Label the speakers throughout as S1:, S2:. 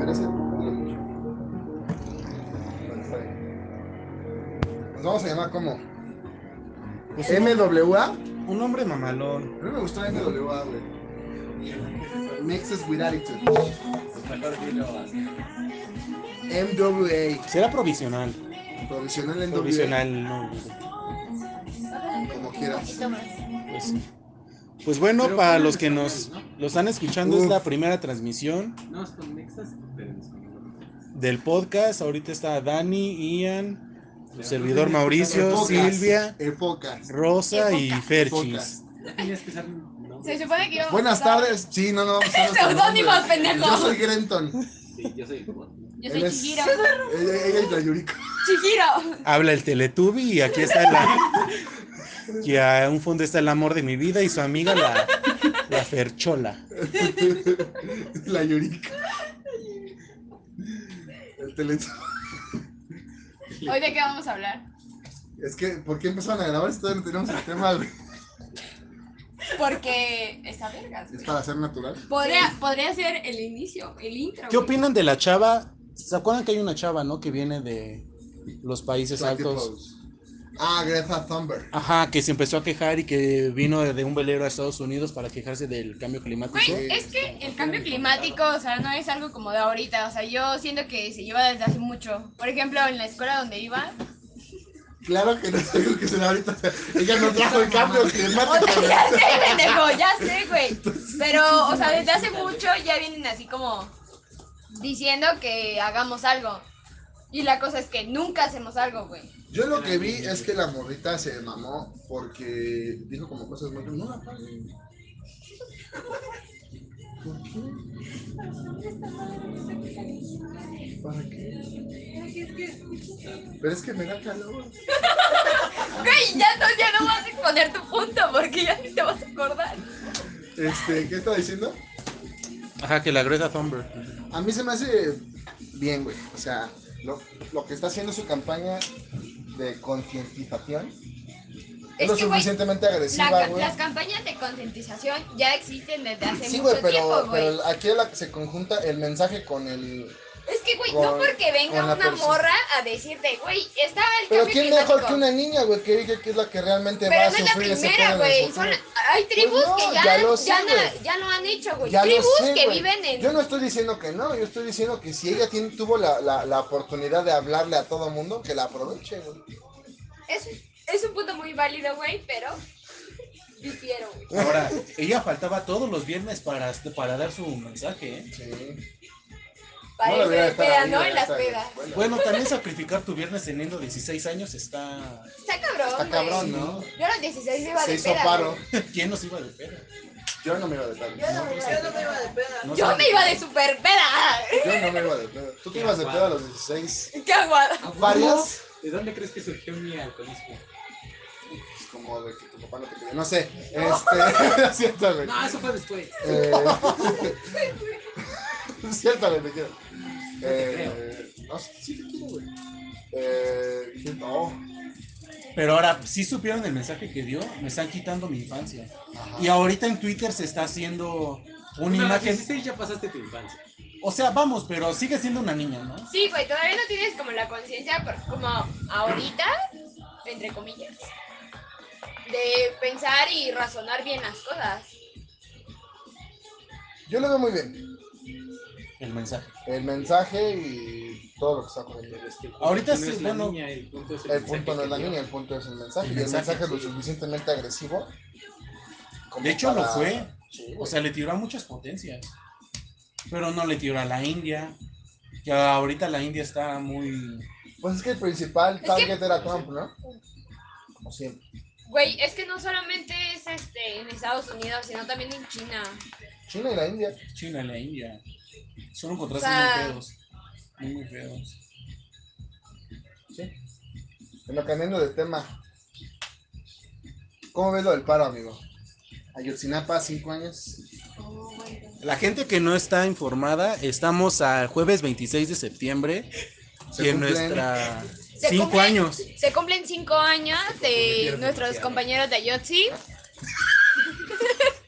S1: gracias. Nos vamos a llamar como
S2: Pues un,
S1: MWA.
S2: un hombre mamalón.
S1: A mí me gustó MWA, güey. Mexes with Attitude. MWA.
S2: Será provisional.
S1: Provisional en
S2: Provisional, no. güey.
S1: Como quieras.
S2: Pues, sí. Pues bueno,
S1: Pero
S2: para
S3: ¿cómo
S2: los
S3: les
S2: que
S3: hablan,
S2: nos
S3: no?
S2: lo están escuchando,
S1: Uf.
S2: es la primera transmisión
S3: Nos conectas, pero nos
S2: del podcast. Ahorita está Dani, Ian, su
S3: Ya.
S2: servidor
S1: El
S2: Mauricio,
S1: podcast.
S2: Silvia,
S1: El podcast.
S2: Rosa y
S4: Épocas.
S2: Ferchis.
S3: Ya tenías que usar. No,
S4: Se supone que íbamos
S1: Buenas
S4: a usar-
S1: tardes. Sí, no, no vamos a usar nuestro
S4: Seudónimos,
S1: nombre.
S4: pendejo.
S1: Yo soy Grenton.
S3: Sí, yo soy como.
S4: Yo soy
S1: Él es-
S4: Chihiro.
S1: Ella, ella es la Yuriko.
S4: Chihiro.
S2: Habla el Teletubi y aquí está la. Y a un fondo está el amor de mi vida y su amiga la, la Ferchola.
S1: La Yuriko. El teléfono.
S4: Hoy de qué vamos a hablar.
S1: Es que, ¿por qué empezaron a grabar si todavía no tenemos el tema? güey?
S4: Porque está vergas.
S1: Es
S4: güey.
S1: para ser natural.
S5: Podría, podría ser el inicio, el intro.
S2: ¿Qué
S5: güey.
S2: opinan de la chava? ¿Se acuerdan que hay una chava, no? Que viene de los países
S1: Like the
S2: altos.
S1: pose. Ah, Greta Thunberg.
S2: Ajá, que se empezó a quejar y que vino de un velero a Estados Unidos para quejarse del cambio climático.
S4: Güey, es que el cambio climático, o sea, no es algo como de ahorita. O sea, yo siento que se lleva desde hace mucho. Por ejemplo, en la escuela donde iba,
S1: Claro que no es algo que se le ahorita. Ella no trajo el cambio climático.
S4: O sea, ya sé, pendejo, ya sé, güey. Pero, o sea, desde hace mucho ya vienen así como diciendo que hagamos algo. Y la cosa es que nunca hacemos algo, güey.
S1: Yo lo que vi es que la morrita se mamó porque dijo como cosas muy. No la paguen. ¿Por qué? ¿Para qué? Pero es que me da calor.
S4: Güey, ya no, ya no vas a exponer tu punto porque ya ni te vas a acordar.
S1: Este, ¿qué estaba diciendo?
S2: Ajá, que la Greta Thunberg.
S1: A mí se me hace bien, güey. O sea, lo, lo que está haciendo su campaña de concientización es,
S4: Es
S1: lo
S4: que, güey,
S1: suficientemente
S4: La
S1: agresiva,
S4: ca-
S1: güey.
S4: las campañas de concientización ya existen desde hace
S1: Sí,
S4: mucho
S1: güey, pero,
S4: tiempo, güey.
S1: pero aquí la que se conjunta el mensaje con el.
S4: Es que, güey,
S1: con-
S4: no porque venga
S1: con la
S4: una
S1: persona.
S4: morra a decirte, güey, está el
S1: Pero
S4: cambio
S1: quién
S4: climático.
S1: mejor que una niña, güey, que diga que es la que realmente va
S4: Pero
S1: a
S4: no es la
S1: sufrir ese
S4: primera,
S1: pedo de
S4: güey.
S1: sufrir.
S4: Son- Hay tribus
S1: Pues no,
S4: que ya,
S1: ya
S4: ya,
S1: lo sé,
S4: na-
S1: güey.
S4: ya no han hecho, güey.
S1: Ya lo
S4: Tribus
S1: sé,
S4: que
S1: güey.
S4: viven en.
S1: Yo no estoy diciendo que no, yo estoy diciendo que si ella tiene, tuvo la, la, la oportunidad de hablarle a todo mundo, que la aproveche, güey.
S5: Es, es un punto muy válido, güey, pero difiero, güey.
S2: Ahora, ella faltaba todos los viernes para, para dar su mensaje, ¿eh?
S1: Sí. la
S4: Para irse
S1: voy a
S4: de
S1: dejar
S4: peda,
S1: ahí,
S4: ¿no?
S1: la
S4: En las
S1: neta,
S4: pedas.
S1: güey.
S2: Bueno, también sacrificar tu viernes teniendo 16 años está...
S4: Está cabrón,
S1: Está
S4: güey.
S1: cabrón, ¿no?
S4: Yo a los 16 iba
S1: Se
S4: de
S1: hizo
S4: peda.
S1: paro.
S4: güey.
S2: ¿Quién nos iba de peda?
S1: Yo no me iba de pedo.
S4: Yo no me iba de peda.
S2: No
S4: Yo
S2: sé.
S4: me iba de super peda.
S1: Yo no me iba de pedo. Tú te ibas de pedo a los 16.
S4: Qué aguada.
S1: Varias.
S3: ¿De dónde crees que surgió mi alcoholismo?
S1: Como de que tu papá no te quería. No sé. Este. es cierto, güey.
S3: No, eso fue después.
S1: Eh, Cierto, güey, te quiero. Eh, no, sí te quiero, güey. Eh, dije, no.
S2: Pero ahora, sí supieron el mensaje que dio, me están quitando mi infancia.
S1: Ajá.
S2: Y ahorita en Twitter se está haciendo una
S3: Una
S2: imagen...
S3: Sí, ya pasaste tu infancia.
S2: O sea, vamos, pero sigue siendo una niña, ¿no?
S4: Sí, güey, todavía no tienes como la conciencia, por- como ahorita, entre comillas, de pensar y razonar bien las cosas.
S1: Yo lo veo muy bien.
S2: El mensaje.
S1: El mensaje y todo lo que está con él.
S3: Pero es que el punto
S2: Ahorita
S3: no
S2: sí,
S3: es la
S2: bueno.
S3: niña, el punto es el
S1: El punto no es la
S3: mensaje
S1: niña,
S3: que
S1: el punto es el mensaje.
S2: El
S1: y el
S2: mensaje,
S1: mensaje lo
S2: sí.
S1: suficientemente agresivo. como
S2: De hecho, lo
S1: para-
S2: fue.
S1: Sí, güey.
S2: O sea, le tiró a muchas potencias. Pero no le tiró a la India. Que ahorita la India está muy.
S1: Pues es que el principal
S4: que-
S1: target era Trump, ¿no? Como siempre.
S4: Güey, es que no solamente es este, en Estados Unidos, sino también en China.
S1: China y la India.
S2: China y la India. Son contrastes
S4: O sea-
S2: muy feos. Muy, muy feos.
S1: Bueno, cambiando de tema. ¿Cómo ves lo del paro, amigo? Ayotzinapa, cinco años.
S2: La gente que no está informada, estamos al jueves 26 de septiembre.
S1: Se
S2: Y en
S1: cumplen.
S2: nuestra.
S4: Se
S2: Cinco
S4: cumplen-
S2: años.
S4: Se cumplen cinco años de
S3: Cometieron
S4: nuestros
S3: demasiado.
S4: compañeros de Ayotzi.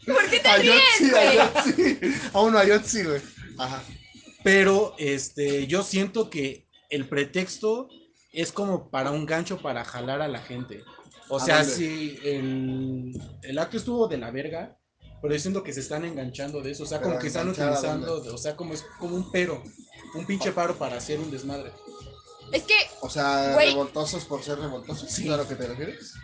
S4: ¿Por qué te ríes,
S1: Ayotzi,
S4: güey?
S1: Ayotzi. A uno Ayotzi, güey. Ajá.
S2: Pero este, yo siento que el pretexto es como para un gancho para jalar a la gente. O
S1: ¿A
S2: sea,
S1: dónde?
S2: si el, el acto estuvo de la verga, pero yo siento que se están enganchando de eso. O sea, como
S1: Pero
S2: que están
S1: ¿enganchar a
S2: utilizando, o sea, como es como un pero, un pinche paro para hacer un desmadre.
S4: Es que,
S1: O sea,
S4: Güey.
S1: revoltosos por ser revoltosos.
S2: Sí.
S1: ¿Es a lo que te refieres?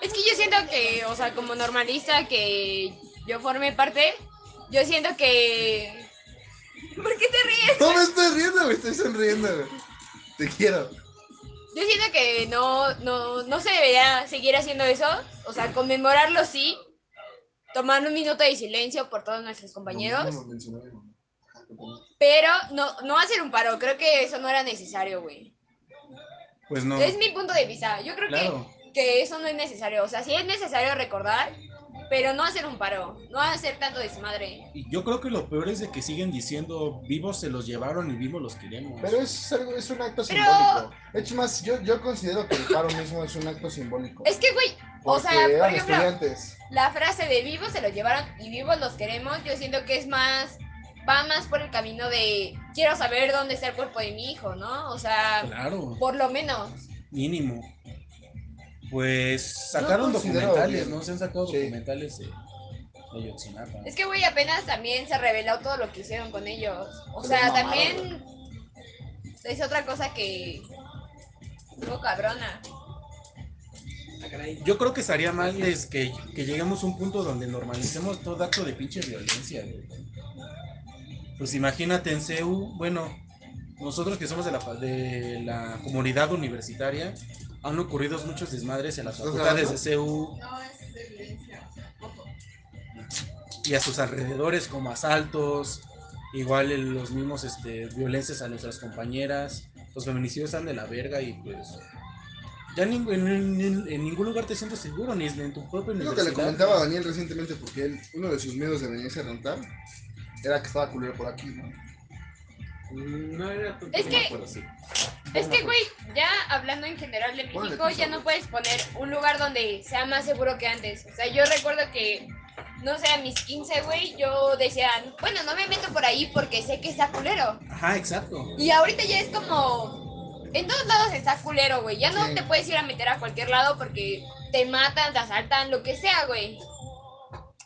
S4: es que yo siento que, o sea, como normalista que yo formé parte, yo siento que. ¿Por qué te ríes?
S1: No me estoy riendo, me estoy sonriendo. güey. Te quiero.
S4: Yo siento que no, no, no se debería seguir haciendo eso. O sea, conmemorarlo sí. Tomar un minuto de silencio por todos nuestros compañeros.
S1: No, no, no, mencioné a mi mamá. Ah, que perdón.
S4: Pero no, no hacer un paro. Creo que eso no era necesario, güey.
S2: Pues no.
S4: Es mi punto de vista. Yo creo que
S2: Claro.
S4: que eso no es necesario. O sea, sí es necesario recordar, pero no hacer un paro, no hacer tanto desmadre.
S2: Y Yo creo que lo peor es de que siguen diciendo vivos se los llevaron y vivos los queremos.
S1: Pero es, algo, es un acto
S4: Pero-
S1: simbólico. Es más, yo, yo considero que el paro mismo es un acto simbólico.
S4: Es que, güey, o
S1: porque
S4: sea, por
S1: eran
S4: ejemplo-
S1: estudiantes.
S4: la frase de vivos se los llevaron y vivos los queremos, yo siento que es más, va más por el camino de quiero saber dónde está el cuerpo de mi hijo, ¿no? O sea,
S2: Claro,
S4: por lo menos.
S2: mínimo. Pues sacaron
S1: considero
S2: documentales,
S1: bien.
S2: ¿no? Se han sacado
S1: Sí.
S2: documentales de, de Ayotzinapa.
S4: Es que, güey, apenas también se reveló todo lo que hicieron con ellos. O
S1: Se
S4: sea,
S1: los mamaron,
S4: también es otra cosa que... Estuvo cabrona.
S3: Ah, caray.
S2: Yo creo que estaría mal es que, que lleguemos a un punto donde normalicemos todo acto de pinche violencia, güey. Pues imagínate en CEU, bueno, nosotros que somos de la, fa- de la comunidad universitaria, han ocurrido muchos desmadres en las
S1: ¿Estás
S2: facultades
S1: grabando?
S2: de CEU
S5: No, es de violencia. Ojo.
S2: y a sus alrededores como asaltos, igual el- los mismos este, violencias a nuestras compañeras, los feminicidios están de la verga y pues ya nin- en, en- en ningún lugar te sientes seguro, ni en tu propia
S1: Es lo que le
S2: universidad.
S1: comentaba a Daniel recientemente, porque él, uno de sus miedos de venirse a rentar era que estaba culero por aquí, ¿no?
S3: No era tanto
S4: Es
S3: no
S4: que-
S3: me acuerdo, sí.
S4: Es que, güey, ya hablando en general de
S1: Ponle
S4: México,
S1: piso,
S4: ya no
S1: güey.
S4: puedes poner un lugar donde sea más seguro que antes. O sea, yo recuerdo que, no sé, a mis 15, güey, yo decía, bueno, no me meto por ahí porque sé que está culero.
S2: Ajá, exacto.
S4: Y ahorita ya es como, en todos lados está culero, güey. Ya no
S1: Sí.
S4: te puedes ir a meter a cualquier lado porque te matan, te asaltan, lo que sea, güey.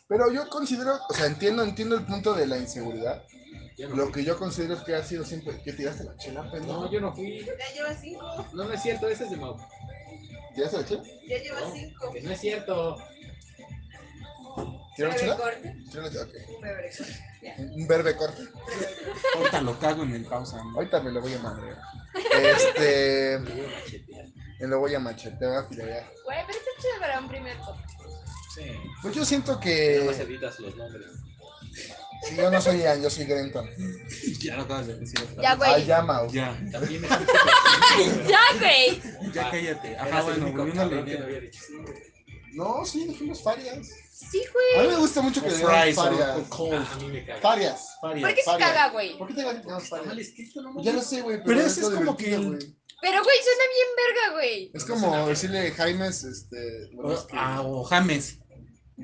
S1: Pero yo considero, o sea, entiendo, entiendo el punto de la inseguridad.
S3: Yo no
S1: Lo que yo considero es que ha sido siempre que tiraste la chela,
S3: fui.
S1: pendejo.
S3: No, yo no fui.
S5: Ya lleva cinco.
S3: No, no es cierto, ese es de Mau.
S1: ¿Tiraste la chela?
S5: Ya lleva
S3: No,
S5: cinco.
S3: que no es cierto.
S1: ¿Tiraron
S5: Breve
S1: chela?
S5: corte.
S1: ¿Tiraron chela? Ok.
S5: Un breve corte.
S1: Un verde corte.
S2: Ahorita lo cago en el pausa. ¿no?
S1: Ahorita me lo voy a madrear. Este,
S3: Me iba a machetear.
S1: me lo voy a machetear, filerear.
S4: Güey, pero está chido para un primer top.
S2: Sí.
S1: Pues yo siento
S3: Nada más
S1: que
S3: evitas los nombres.
S1: si yo no soy Ian, yo soy Grenton.
S2: Ya lo acabas de decir. otra
S4: Ya,
S2: vez.
S4: Güey.
S1: Ah, llama. güey.
S2: Ya,
S3: También es un chico cochino, pero
S4: Ya, güey.
S2: ya
S3: Ah,
S2: cállate.
S3: era
S2: Ajá,
S3: el
S2: bueno,
S3: único
S2: volviendo a la
S3: cabrón que no
S2: idea.
S3: había dicho su nombre.
S1: No, sí, dijimos Farias.
S4: Sí, güey.
S1: A mí me gusta mucho que le digan
S2: Fries,
S1: Farias.
S2: o cold.
S3: Ah, a mí me caga.
S1: Farias.
S2: Farias.
S4: ¿Por qué se
S1: Farias.
S4: caga, güey?
S1: ¿Por qué te ganas
S3: Está mal
S1: Farias?
S3: escrito, no
S1: Ya lo
S3: mames.
S1: sé, güey, pero,
S2: Pero
S1: es
S2: ese es
S1: lo
S2: como que
S1: divertido,
S2: el-
S1: güey.
S4: Pero, güey, suena bien verga, güey.
S1: Es como decirle Jaimes, este... bueno, es
S2: O-
S1: que-
S2: Ah, o James.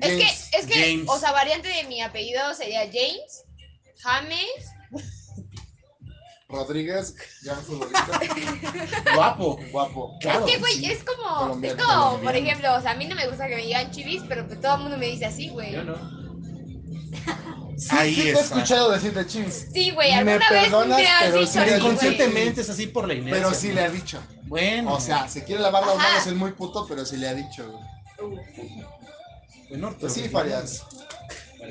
S4: Es que,
S1: James.
S4: es que,
S2: James.
S4: o sea, variante de mi apellido sería James, James,
S1: Rodríguez, gran futbolista,
S2: Guapo.
S1: guapo.
S2: Claro.
S4: es que, güey, es como, es
S1: Colombiano,
S4: como, por
S1: colombiano.
S4: ejemplo, o sea, a mí no me gusta que me digan chivis, pero pues todo el mundo me dice así, güey.
S3: Yo no.
S1: Sí,
S2: Ahí
S1: sí, te he
S2: está.
S1: escuchado decirte chivis,
S4: Sí, güey,
S1: Me
S4: alguna vez
S1: perdonas,
S4: me has
S1: pero
S4: dicho
S1: sí,
S4: así, güey.
S2: Inconscientemente es así por la inercia.
S1: pero sí
S2: ¿no?
S1: le ha dicho.
S2: Bueno.
S1: O sea, se quiere lavar las
S4: Ajá.
S1: manos, es muy puto, pero sí le ha dicho, güey.
S2: bueno,
S1: Pues sí,
S2: pero-
S1: Farias.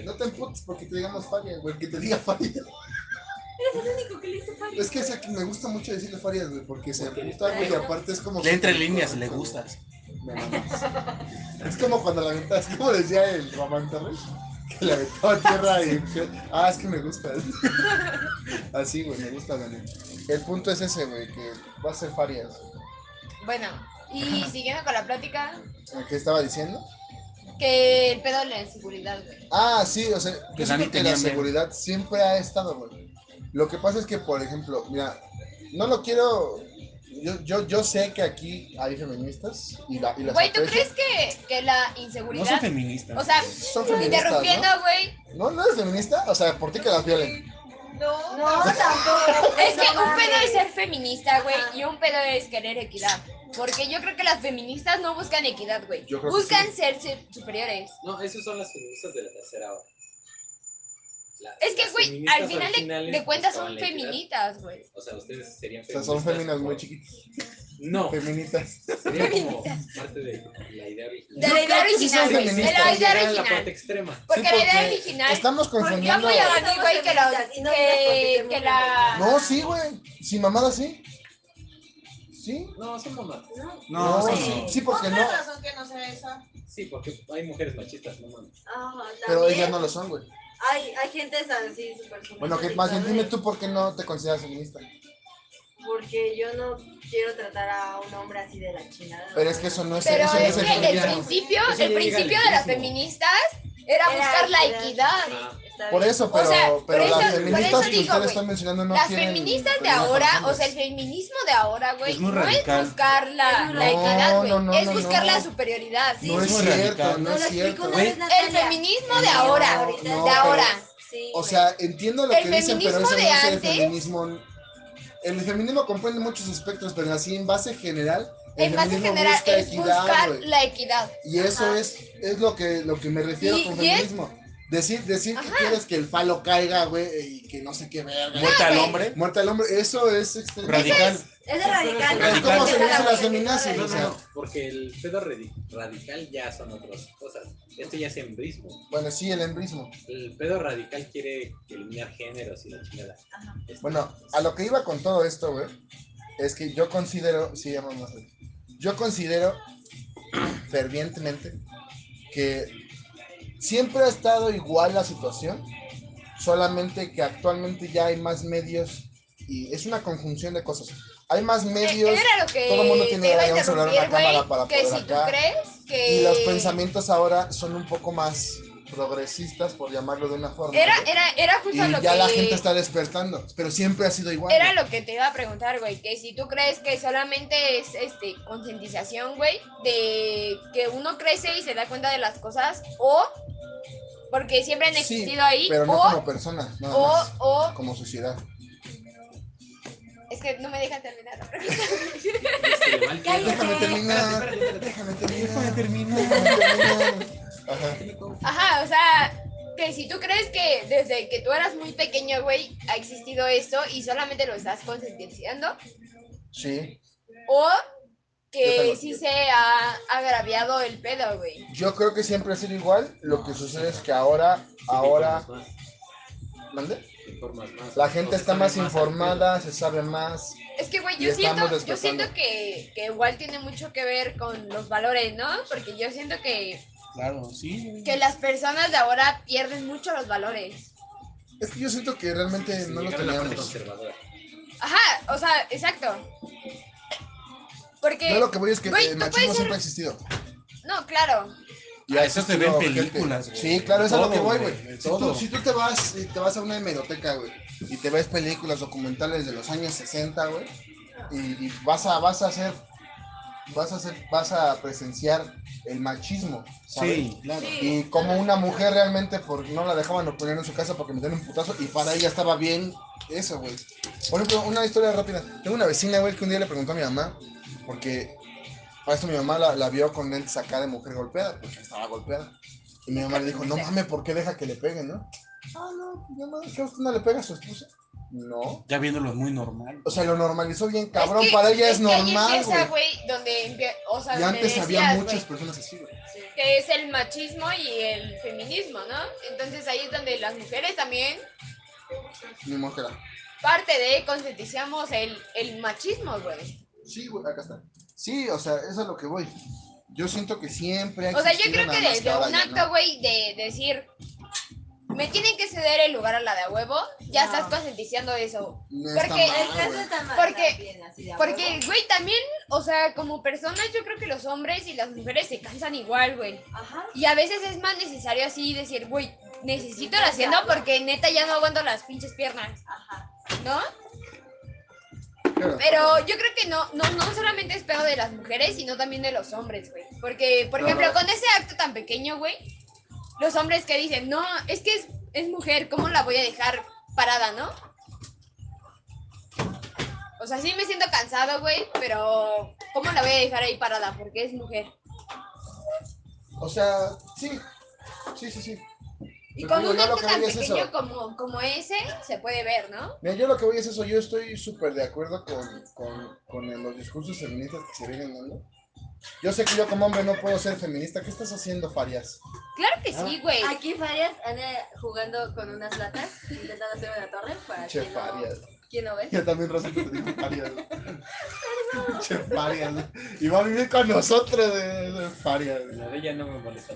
S1: No te emputes porque te digamos Farias, güey, que te diga Farias.
S5: Eres el único que le hizo falta.
S1: Es que es- me gusta mucho decirle Farias, güey, porque se
S3: Porque-
S1: gusta, güey, y aparte es como...
S2: Le entre líneas, le gustas.
S1: Me mamas. Es como cuando la aventas, es como decía el Román Torres, que le aventaba tierra y... Ah, es que me gusta. Así, güey, me gusta, Daniel. El punto es ese, güey, que va a ser Farias.
S4: Bueno, y siguiendo con la plática,
S1: ¿A ¿Qué estaba diciendo?
S4: que el pedo de la inseguridad, güey.
S1: Ah, sí, o sea,
S2: Que
S1: yo
S2: Dani
S1: siento que la
S2: tenía miedo.
S1: seguridad siempre ha estado, güey. Lo que pasa es que, por ejemplo, mira, no lo quiero. Yo, yo, yo sé que aquí hay feministas y, la, y las
S4: Güey, ¿tú
S1: aprecio.
S4: crees que, que la
S2: No soy
S4: inseguridad,
S2: feminista.
S4: o sea,
S1: Son feministas,
S4: interrumpiendo, güey,
S1: ¿no? ¿No? ¿No eres feminista? O sea, ¿por ti que las violen?
S5: No.
S6: No, tampoco.
S4: Es que
S6: No
S4: un pedo
S6: mames.
S4: es ser feminista, güey, y un pedo es querer equidad. Porque yo creo que las feministas no buscan equidad, güey.
S1: Yo creo que
S4: Buscan ser ser superiores.
S3: No, esos son las feministas de la tercera hora. La-
S4: Es que,
S3: las
S4: güey,
S3: feministas
S4: al final de,
S3: originales
S4: de cuentas
S3: buscaban
S4: son
S3: la equidad.
S4: feminitas, güey.
S3: O sea, ustedes serían
S1: O sea, son féminas muy
S3: por-
S1: chiquitas.
S3: No,
S1: Feminitas.
S3: serían como parte de la idea original.
S4: De la idea
S1: creo que sí son
S4: original, güey. De
S1: feministas,
S4: la
S1: ya
S4: idea
S3: Era la parte
S4: original.
S3: extrema.
S4: Porque la idea
S1: porque
S4: original.
S1: Estamos
S4: Porque yo
S1: confundiendo.
S4: apoyo a
S6: Somos
S4: Dani, güey, que, la-
S6: feministas, y no digas por qué
S4: que,
S6: te
S4: que
S6: burlas.
S4: la.
S1: No, sí, güey. Sin mamada, sí. Sí.
S3: No, son mamás.
S6: No.
S2: No,
S1: sí,
S2: sí,
S1: sí,
S2: no.
S1: sí, porque no.
S6: razón que no sea esa.
S3: Sí, porque hay mujeres machistas, no mames.
S6: Ajá,
S1: Pero
S6: Ah, también
S1: ellas no lo son, güey.
S6: Hay, hay gente así súper
S1: Bueno, que más bien dime tú por qué no te consideras feminista.
S6: Porque yo no quiero tratar a un hombre así de la chingada.
S1: Pero es que eso no es
S4: Pero
S1: eso no
S4: es
S1: el
S4: que el
S1: feminismo.
S4: principio,
S3: Eso ya
S4: el
S3: llega
S4: principio de las
S3: lejísimo.
S4: feministas era
S6: Era
S4: buscar la
S6: equidad.
S4: equidad.
S3: Ah,
S6: Está
S1: Por
S6: bien.
S1: eso, pero,
S4: O sea, por
S1: pero
S4: eso-
S1: las
S4: por
S1: feministas
S4: eso
S1: que
S4: digo,
S1: ustedes
S4: güey,
S1: están mencionando no
S4: Las
S1: quieren
S4: feministas de
S1: pelear con
S4: ahora,
S1: los
S4: o sea, el
S1: hombres.
S4: feminismo de ahora, güey,
S2: Es muy
S4: no
S2: radical.
S4: es buscar la,
S6: Es
S4: la
S1: muy
S4: equidad,
S1: radical.
S4: güey,
S1: No, no, no,
S4: es
S1: no,
S4: buscar
S1: no.
S4: la superioridad, sí.
S1: No es
S2: Muy
S1: cierto,
S2: radical.
S1: no
S6: No
S1: es
S6: lo explicó
S1: cierto.
S6: una
S2: güey.
S6: vez
S4: El
S6: Natalia.
S4: feminismo de ahora,
S6: ahorita.
S4: de
S6: No,
S1: pero-
S4: ahora.
S6: Sí,
S1: O
S6: güey.
S1: sea, entiendo lo
S4: El
S1: que dicen, pero eso
S4: feminismo
S1: no
S4: de
S1: es el
S4: antes-
S1: feminismo. El feminismo comprende muchos aspectos, pero así en base general, el
S4: En base
S1: feminismo
S4: general
S1: busca
S4: es
S1: equidad,
S4: buscar
S1: güey.
S4: la equidad.
S1: Y eso
S6: Ajá.
S1: es, es lo que lo que me refiero
S4: Y-
S1: con
S4: y es-
S1: feminismo. Decir, decir que quieres que el falo caiga, güey, y que no sé qué verga.
S2: Muerta al
S4: güey.
S2: hombre.
S1: Muerta el hombre, eso es extremismo.
S2: Radical.
S6: Es de radical.
S3: Es
S6: ¿no?
S2: como
S6: Porque
S2: se
S6: está
S1: dicen
S6: la
S1: las feminazis,
S6: mujer.
S3: no, no,
S1: o sea-
S3: no, porque el pedo radi- radical ya son otras cosas. Esto ya es embrismo.
S1: Bueno, sí, el embrismo.
S3: El pedo radical quiere eliminar géneros y la chingada.
S6: Ajá.
S3: Este,
S1: Bueno, a lo que iba con todo esto, güey, es que yo considero, sí, ya vamos a hacer. yo considero fervientemente que siempre ha estado igual la situación, solamente que actualmente ya hay más medios y es una conjunción de cosas. Hay más medios
S4: Era lo que
S1: Todo el mundo tiene
S4: te iba a
S1: ahí un celular, una
S4: interrumpir,
S1: cámara para
S4: güey, que
S1: poder
S4: si tú
S1: acá.
S4: crees que...
S1: y los pensamientos ahora son un poco más progresistas, por llamarlo de una forma.
S4: Era,
S1: güey.
S4: era, era justo lo
S1: y ya
S4: que...
S1: la gente está despertando, pero siempre ha sido igual.
S4: Era
S1: güey.
S4: lo que te iba a preguntar, güey, que si tú crees que solamente es este concientización, güey, de que uno crece y se da cuenta de las cosas, o porque siempre han
S1: Sí,
S4: existido ahí,
S1: Pero no
S4: o,
S1: como personas, nada
S4: o,
S1: más,
S4: o,
S1: como sociedad.
S4: es que no me dejan terminar la pregunta.
S3: se le va el pedo.
S1: Déjame terminar. Déjame terminar. Déjame terminar. Ajá.
S4: Ajá, o sea, que si tú crees que desde que tú eras muy pequeño, güey, ha existido esto y solamente lo estás concientizando,
S1: Sí.
S4: o
S1: Yo
S4: que
S1: tengo
S4: sí
S1: miedo.
S4: se ha agraviado el pedo, güey.
S1: Yo creo que siempre ha sido igual. Lo que sucede es que ahora, ahora,
S3: Te informas más,
S1: ¿mande?
S3: te informas más.
S1: La gente
S3: Entonces,
S1: está más
S3: sabe al
S1: informada, se sabe más.
S4: Es que, güey,
S1: Y
S4: yo siento,
S1: estamos
S4: yo siento
S1: despertando.
S4: que, que igual tiene mucho que ver con los valores, ¿no? Porque yo siento que,
S2: Claro, sí.
S4: que las personas de ahora pierden mucho los valores.
S1: Es que yo siento que
S3: pedo.
S1: realmente
S3: Sin
S1: no lo
S3: llegar a la parte
S1: teníamos.
S3: conservadora.
S4: Ajá, o sea, exacto. Porque,
S1: Yo lo que voy es que
S4: Güey,
S1: el
S4: tú puedes
S1: machismo
S4: ser-
S1: siempre ha existido.
S4: no, claro.
S1: Y
S2: Ah,
S1: ha
S2: eso se ve en
S1: existido gente.
S2: películas, güey.
S1: Sí, claro, eso es a lo
S2: Todo,
S1: que voy,
S2: güey,
S1: güey.
S2: en
S1: Si tú,
S2: todo.
S1: si tú te vas, y te vas a una hemeroteca, güey, y te ves películas documentales de los años 60, güey, y, y vas a vas a hacer vas a hacer vas a presenciar el machismo, ¿sabes?
S2: Sí, claro.
S1: Y como una mujer realmente por, no la dejaban opinar en su casa porque me dieron un putazo y para ella estaba bien eso, güey. Por ejemplo, una historia rápida. Tengo una vecina, güey, que un día le preguntó a mi mamá, porque para esto mi mamá la, la vio con lentes acá de mujer golpeada, porque estaba golpeada. Y mi mamá le dijo, no mames, ¿por qué deja que le peguen, no? Ah, no, mi mamá, ¿qué usted no le pega a su esposa? No.
S2: Ya viéndolo muy normal.
S1: O sea, lo normalizó bien, cabrón.
S4: Es que-
S1: para ella es,
S4: que ahí
S1: normal,
S4: empieza,
S1: güey.
S4: güey, donde, empie- o sea,
S1: Y
S4: donde
S1: antes había
S4: decías,
S1: muchas
S4: güey,
S1: personas así, güey.
S6: Sí.
S4: que es el machismo y el feminismo, ¿no? Entonces ahí es donde las mujeres también
S1: Mi mujer.
S4: parte de concientizamos el, el machismo, güey.
S1: Sí, güey, acá está. Sí, o sea, eso es lo que voy. Yo siento que siempre hay
S4: O sea, yo creo que desde un acto, güey, de decir, me tienen que ceder el lugar a la de a huevo, ya
S6: No.
S4: estás concientizando eso. porque
S1: porque
S4: Ah,
S6: El caso está mal.
S4: Porque-
S6: también, así de a
S4: Porque,
S6: huevo.
S4: güey, también, o sea, como personas, yo creo que los hombres y las mujeres se cansan igual, güey.
S6: Ajá.
S4: Y a veces es más necesario así decir, güey, necesito la hacienda porque neta ya no aguanto las pinches piernas,
S6: Ajá.
S4: ¿no? Pero yo creo que no, no, no solamente es pedo de las mujeres, sino también de los hombres, güey. Porque, por
S1: No,
S4: ejemplo,
S1: no.
S4: con ese acto tan pequeño, güey, los hombres que dicen, no, es que es, es mujer, ¿cómo la voy a dejar parada, no? O sea, sí me siento cansado, güey, pero ¿cómo la voy a dejar ahí parada? Porque es mujer.
S1: O sea, sí. Sí, sí, sí.
S4: Y
S1: Pues
S4: con
S1: digo,
S4: un
S1: yo lo
S4: acto
S1: que
S4: tan
S1: voy es eso.
S4: pequeño como, como ese, se puede ver, ¿no?
S1: Mira, yo lo que voy es eso, yo estoy súper de acuerdo con, con, con el- los discursos feministas que se vienen dando. Yo sé que yo como hombre no puedo ser feminista. ¿Qué estás haciendo, Farias?
S4: Claro que
S1: Ah.
S4: sí, güey.
S6: Aquí Farias anda jugando con unas latas, intentando hacer una torre para
S1: Che,
S6: que no,
S1: Farias.
S6: ¿quién no ve.
S1: Yo también, Rosa, te digo Farias. Che, Farias. Y va a vivir con nosotros, de, de Farias.
S3: No, ya no me molesta.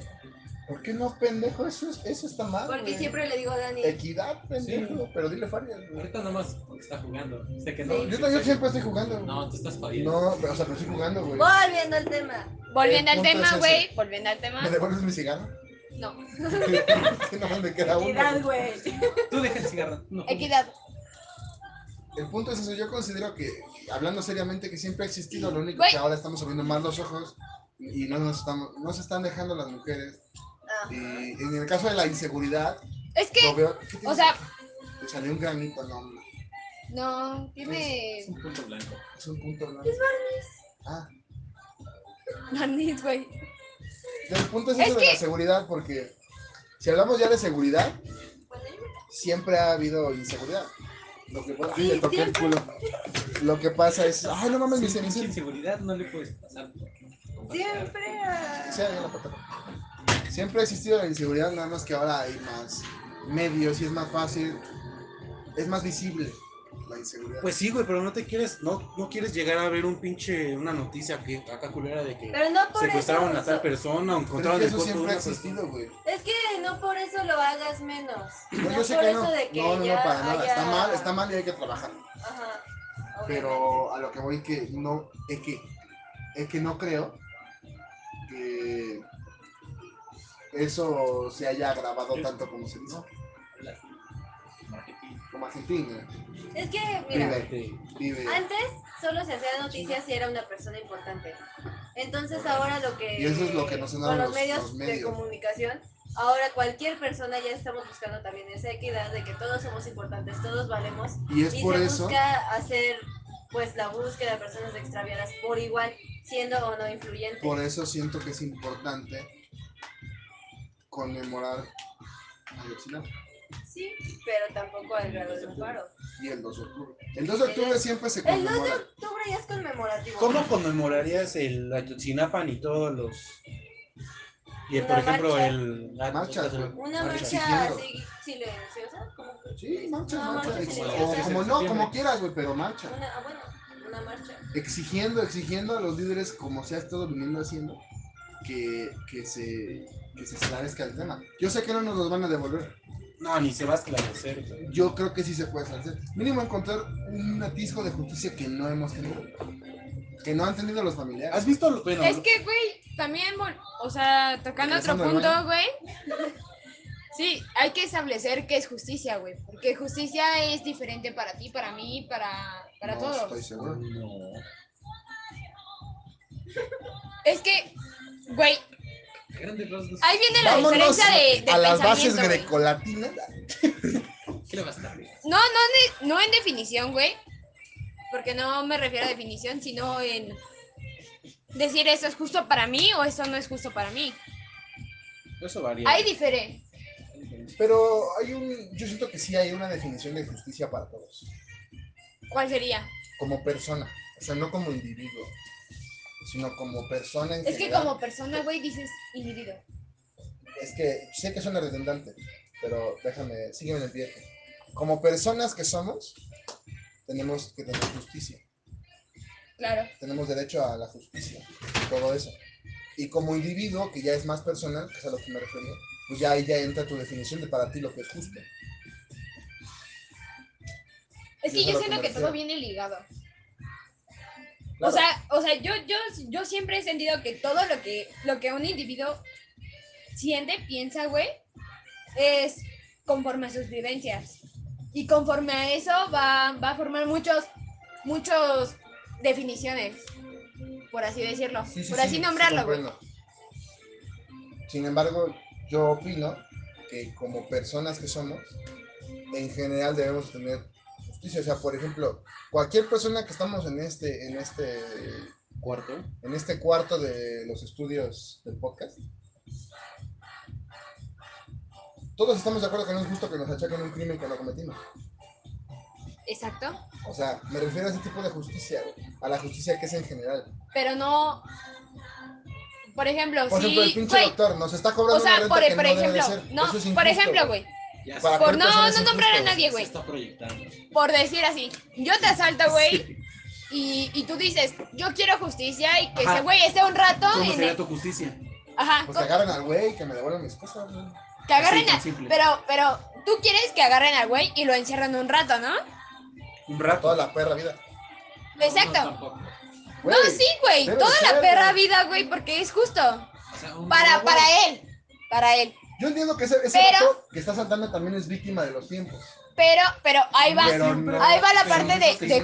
S1: ¿Por qué no, pendejo? Eso, es- eso está mal.
S6: Porque
S1: güey.
S6: siempre le digo a Dani,
S1: Equidad, pendejo. Pero dile Farias. güey.
S3: Ahorita nomás está jugando. Sé que no.
S1: No, yo, yo siempre estoy jugando. güey.
S3: No, tú estás jodiendo.
S1: No, pero, o sea, pero estoy jugando, güey.
S6: volviendo al tema.
S4: Volviendo
S1: el
S4: al
S1: punto es
S4: tema,
S1: ese.
S4: güey. Volviendo al tema.
S1: ¿Me devuelves mi cigarro?
S4: No.
S1: Que nomás me queda uno.
S6: güey.
S3: Tú deja el cigarro. No.
S4: Equidad.
S1: El punto es eso, yo considero que, hablando seriamente, que siempre ha existido, lo único
S4: Güey.
S1: que ahora estamos abriendo más los ojos y no nos, estamos, no se están dejando las mujeres.
S6: Ah.
S1: Y en el caso de la inseguridad,
S4: Es
S1: lo
S4: que,
S1: veo... ¿qué tienes
S4: o sea,
S1: aquí? Te salió un granito, no, hombre.
S4: no,
S1: Es
S4: tiene
S1: un punto,
S3: Punto blanco.
S1: es un punto blanco. Ah,
S4: barniz, güey.
S1: el punto es
S4: Es
S1: eso de
S4: que-
S1: la seguridad, porque si hablamos ya de seguridad, siempre ha habido inseguridad. Lo que pasa, Ay, le toqué el culo. Lo que pasa es, ay, no mames, mi
S3: Sin
S1: cenicero.
S3: sin seguridad no le puedes pasar.
S6: Siempre.
S1: Sí, ahí en la pata. Siempre ha existido la inseguridad, nada más que ahora hay más medios y es más fácil, es más visible la inseguridad.
S2: Pues sí, güey, pero no te quieres, no, no quieres llegar a ver un pinche, una noticia que acá culera de que
S6: Pero no por
S2: secuestraron a
S6: eso.
S2: tal persona
S1: Pero
S2: o
S1: es
S2: encontraron
S1: que
S2: el
S1: eso
S2: cuerpo de
S1: siempre
S2: una
S1: ha
S2: persona.
S1: existido, güey.
S6: Es que no por eso lo hagas menos.
S1: No,
S6: No,
S1: Pues yo sé
S6: por
S1: que
S6: eso
S1: no.
S6: de que
S1: No, no, no,
S6: ya
S1: para nada. Está
S6: haya-
S1: mal, está mal y hay que trabajar.
S6: Ajá. obviamente.
S1: Pero a lo que voy que no, es que, es que no creo que eso se haya agravado tanto como se dice. Como Argentina
S6: Es que, mira,
S1: vive, vive.
S6: antes solo se hacía noticias si era una persona importante. Entonces ahora lo que...
S1: Y eso es lo que nos han dado
S6: Con los,
S1: los-
S6: medios,
S1: los
S6: de
S1: medios.
S6: comunicación, ahora cualquier persona ya estamos buscando también esa equidad de que todos somos importantes, todos valemos.
S1: Y es
S6: y
S1: por
S6: se
S1: eso.
S6: busca hacer pues la búsqueda de personas extraviadas por igual, siendo o no influyente.
S1: Por e- eso siento que es importante conmemorar Ayotzinapa
S6: Sí, pero tampoco al grado de un paro.
S1: y el 2 de octubre. El 2 de octubre siempre se
S6: El 2 de
S1: conmemora.
S6: octubre ya es conmemorativo.
S2: ¿Cómo conmemorarías el Ayotzinapa y todos los... Y el, por
S6: Una
S2: ejemplo,
S6: marcha.
S2: el... ah,
S1: Marcha,
S2: no,
S1: güey.
S6: Una
S1: Marcha.
S6: marcha así silenciosa. como-
S1: Sí, marcha,
S6: No,
S1: marcha.
S6: marcha
S1: ex-
S6: silenciosa.
S1: o como no, como
S2: Septiembre.
S1: quieras, güey, pero marcha.
S6: Una, ah, bueno, una marcha.
S1: Exigiendo, exigiendo a los líderes, como se ha estado viniendo haciendo, que, que se que se esclarezca el tema. Yo sé que no nos los van a devolver.
S2: No, ni se va a esclarecer. güey.
S1: Yo creo que sí se puede esclarecer. Mínimo encontrar un atisbo de justicia que no hemos tenido. Que no han tenido los familiares.
S2: ¿Has visto? los- Bueno,
S4: Es que, güey, también, vol- o sea, tocando otro
S1: Regresando al
S4: punto,
S1: baño.
S4: güey. Sí, hay que establecer qué es justicia, güey. Porque justicia es diferente para ti, para mí, para, para
S1: no pues,
S4: todos.
S1: estoy seguro.
S4: Es que, güey,
S3: A grandes rasgos.
S4: ahí viene la
S1: Vámonos
S4: diferencia de, de
S1: a las bases
S4: pensamiento, güey.
S1: grecolatinas.
S3: ¿Qué le vas a dar?
S4: No, no, ne- no en definición, güey. Porque no me refiero a definición, sino en decir eso es justo para mí o eso no es justo para mí.
S2: eso varía.
S4: Ahí difere.
S1: Pero hay un, yo siento que sí hay una definición de justicia para todos,
S4: ¿Cuál sería?
S1: como persona, o sea, no como individuo, sino como persona. en
S4: Es que
S1: general.
S4: como persona, güey, dices individuo.
S1: es que sé que suena redundante, pero déjame, sígueme en el viaje. Como personas que somos, tenemos que tener justicia,
S4: Claro.
S1: tenemos derecho a la justicia, todo eso. Y como individuo, que ya es más personal, que es a lo que me refería, pues ya ahí ya entra tu definición de para ti lo que es justo.
S4: Es
S1: Sí,
S4: que
S1: es a
S4: yo
S1: lo que me
S4: siento que
S1: refiero.
S4: todo viene ligado. O
S1: Claro.
S4: sea, o sea, yo, yo, yo siempre he sentido que todo lo que, lo que un individuo siente, piensa, güey, es conforme a sus vivencias. Y conforme a eso va, va a formar muchos, muchos definiciones, por así decirlo,
S1: Sí, sí,
S4: por
S1: sí,
S4: así
S1: sí
S4: nombrarlo, güey.
S1: comprendo. Sin embargo, yo opino que como personas que somos, en general debemos tener dice, o sea, por ejemplo, cualquier persona que estamos en este, en este,
S2: Cuarto.
S1: en este cuarto de los estudios del podcast, todos estamos de acuerdo que no es justo que nos achacan un crimen que no cometimos.
S4: Exacto.
S1: O sea, me refiero a ese tipo de justicia, güey, a la justicia que es en general.
S4: Pero no. Por ejemplo,
S1: Por ejemplo, el
S4: sí.
S1: pinche
S4: güey,
S1: doctor nos está cobrando
S4: o sea,
S1: una
S4: por,
S1: renta que
S4: por
S1: no debe de
S4: ejemplo,
S1: ser.
S4: no,
S1: Eso es
S4: por
S1: injusto,
S4: ejemplo, güey,
S3: Ya
S1: Para
S4: por
S1: cualquier
S4: no,
S1: persona
S4: no
S1: es
S4: nombrar a
S1: injusto,
S4: nadie,
S2: Se
S4: güey,
S2: está proyectando.
S4: por decir así, yo te asalto, güey, y, y tú dices, yo quiero justicia y que
S2: Ajá.
S4: ese güey esté un rato
S2: ¿Cómo
S4: en
S2: sería
S4: el,
S2: tu justicia?
S4: ajá,
S1: Pues que agarren al güey, que me devuelvan mis cosas, güey.
S4: que agarren
S2: Así, tan
S4: a-
S2: simple.
S4: pero, pero tú quieres que agarren al güey y lo encierran un rato, ¿no?
S2: Un rato.
S1: Toda la perra vida.
S4: Exacto.
S3: No, tampoco.
S1: Güey,
S4: no, sí, güey,
S1: debe
S4: toda
S1: ser,
S4: la perra
S1: güey.
S4: vida, güey, porque es justo
S2: O sea, un-
S4: para,
S2: no, güey.
S4: para él, para él,
S1: Yo entiendo que ese, ese
S4: Pero-
S1: vato que está saltando también es víctima de los tiempos.
S4: pero, pero ahí va,
S1: Pero no,
S4: ahí va la
S2: pero
S4: parte
S2: no
S4: de-
S2: es
S4: de,
S2: justicia.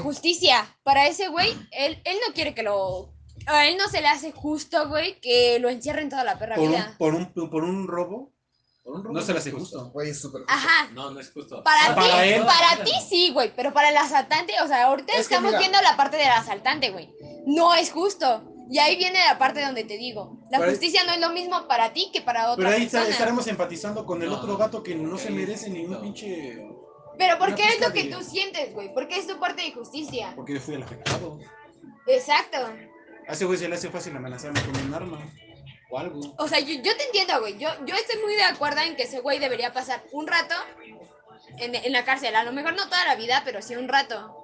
S4: justicia. Para ese güey, él, él no quiere que lo. A él no se le hace justo, güey, que lo encierren toda la perra
S2: Por un,
S4: vida.
S2: por, un, por un robo,
S3: Por un
S2: no
S3: robo
S2: se le
S3: es
S2: hace justo.
S1: Güey, es súper.
S4: Ajá.
S3: No, no es justo.
S4: Para,
S2: Ah, Para
S4: ti,
S2: él.
S4: para ti sí, güey, pero para el asaltante, o sea, ahorita
S1: Es que
S4: estamos
S1: mira.
S4: viendo la parte del asaltante, güey. No es justo. Y ahí viene la parte donde te digo, la
S2: Pero-
S4: justicia no es lo mismo para ti que para otra
S2: Pero ahí está-
S4: persona.
S2: estaremos empatizando con el
S3: No.
S2: otro gato que no se
S3: Ok.
S2: merece ni un
S3: No.
S2: pinche.
S4: Pero porque
S2: una
S4: es lo
S2: pista
S4: que
S2: de-
S4: tú sientes, güey, porque es tu parte de justicia.
S2: Porque yo fui el afectado.
S4: Exacto.
S2: A ese güey se le hace fácil amenazarme con un arma o algo.
S4: O sea, yo, yo te entiendo, güey. Yo, yo estoy muy de acuerdo en que ese güey debería pasar un rato en, en la cárcel. A lo mejor no toda la vida, pero sí un rato.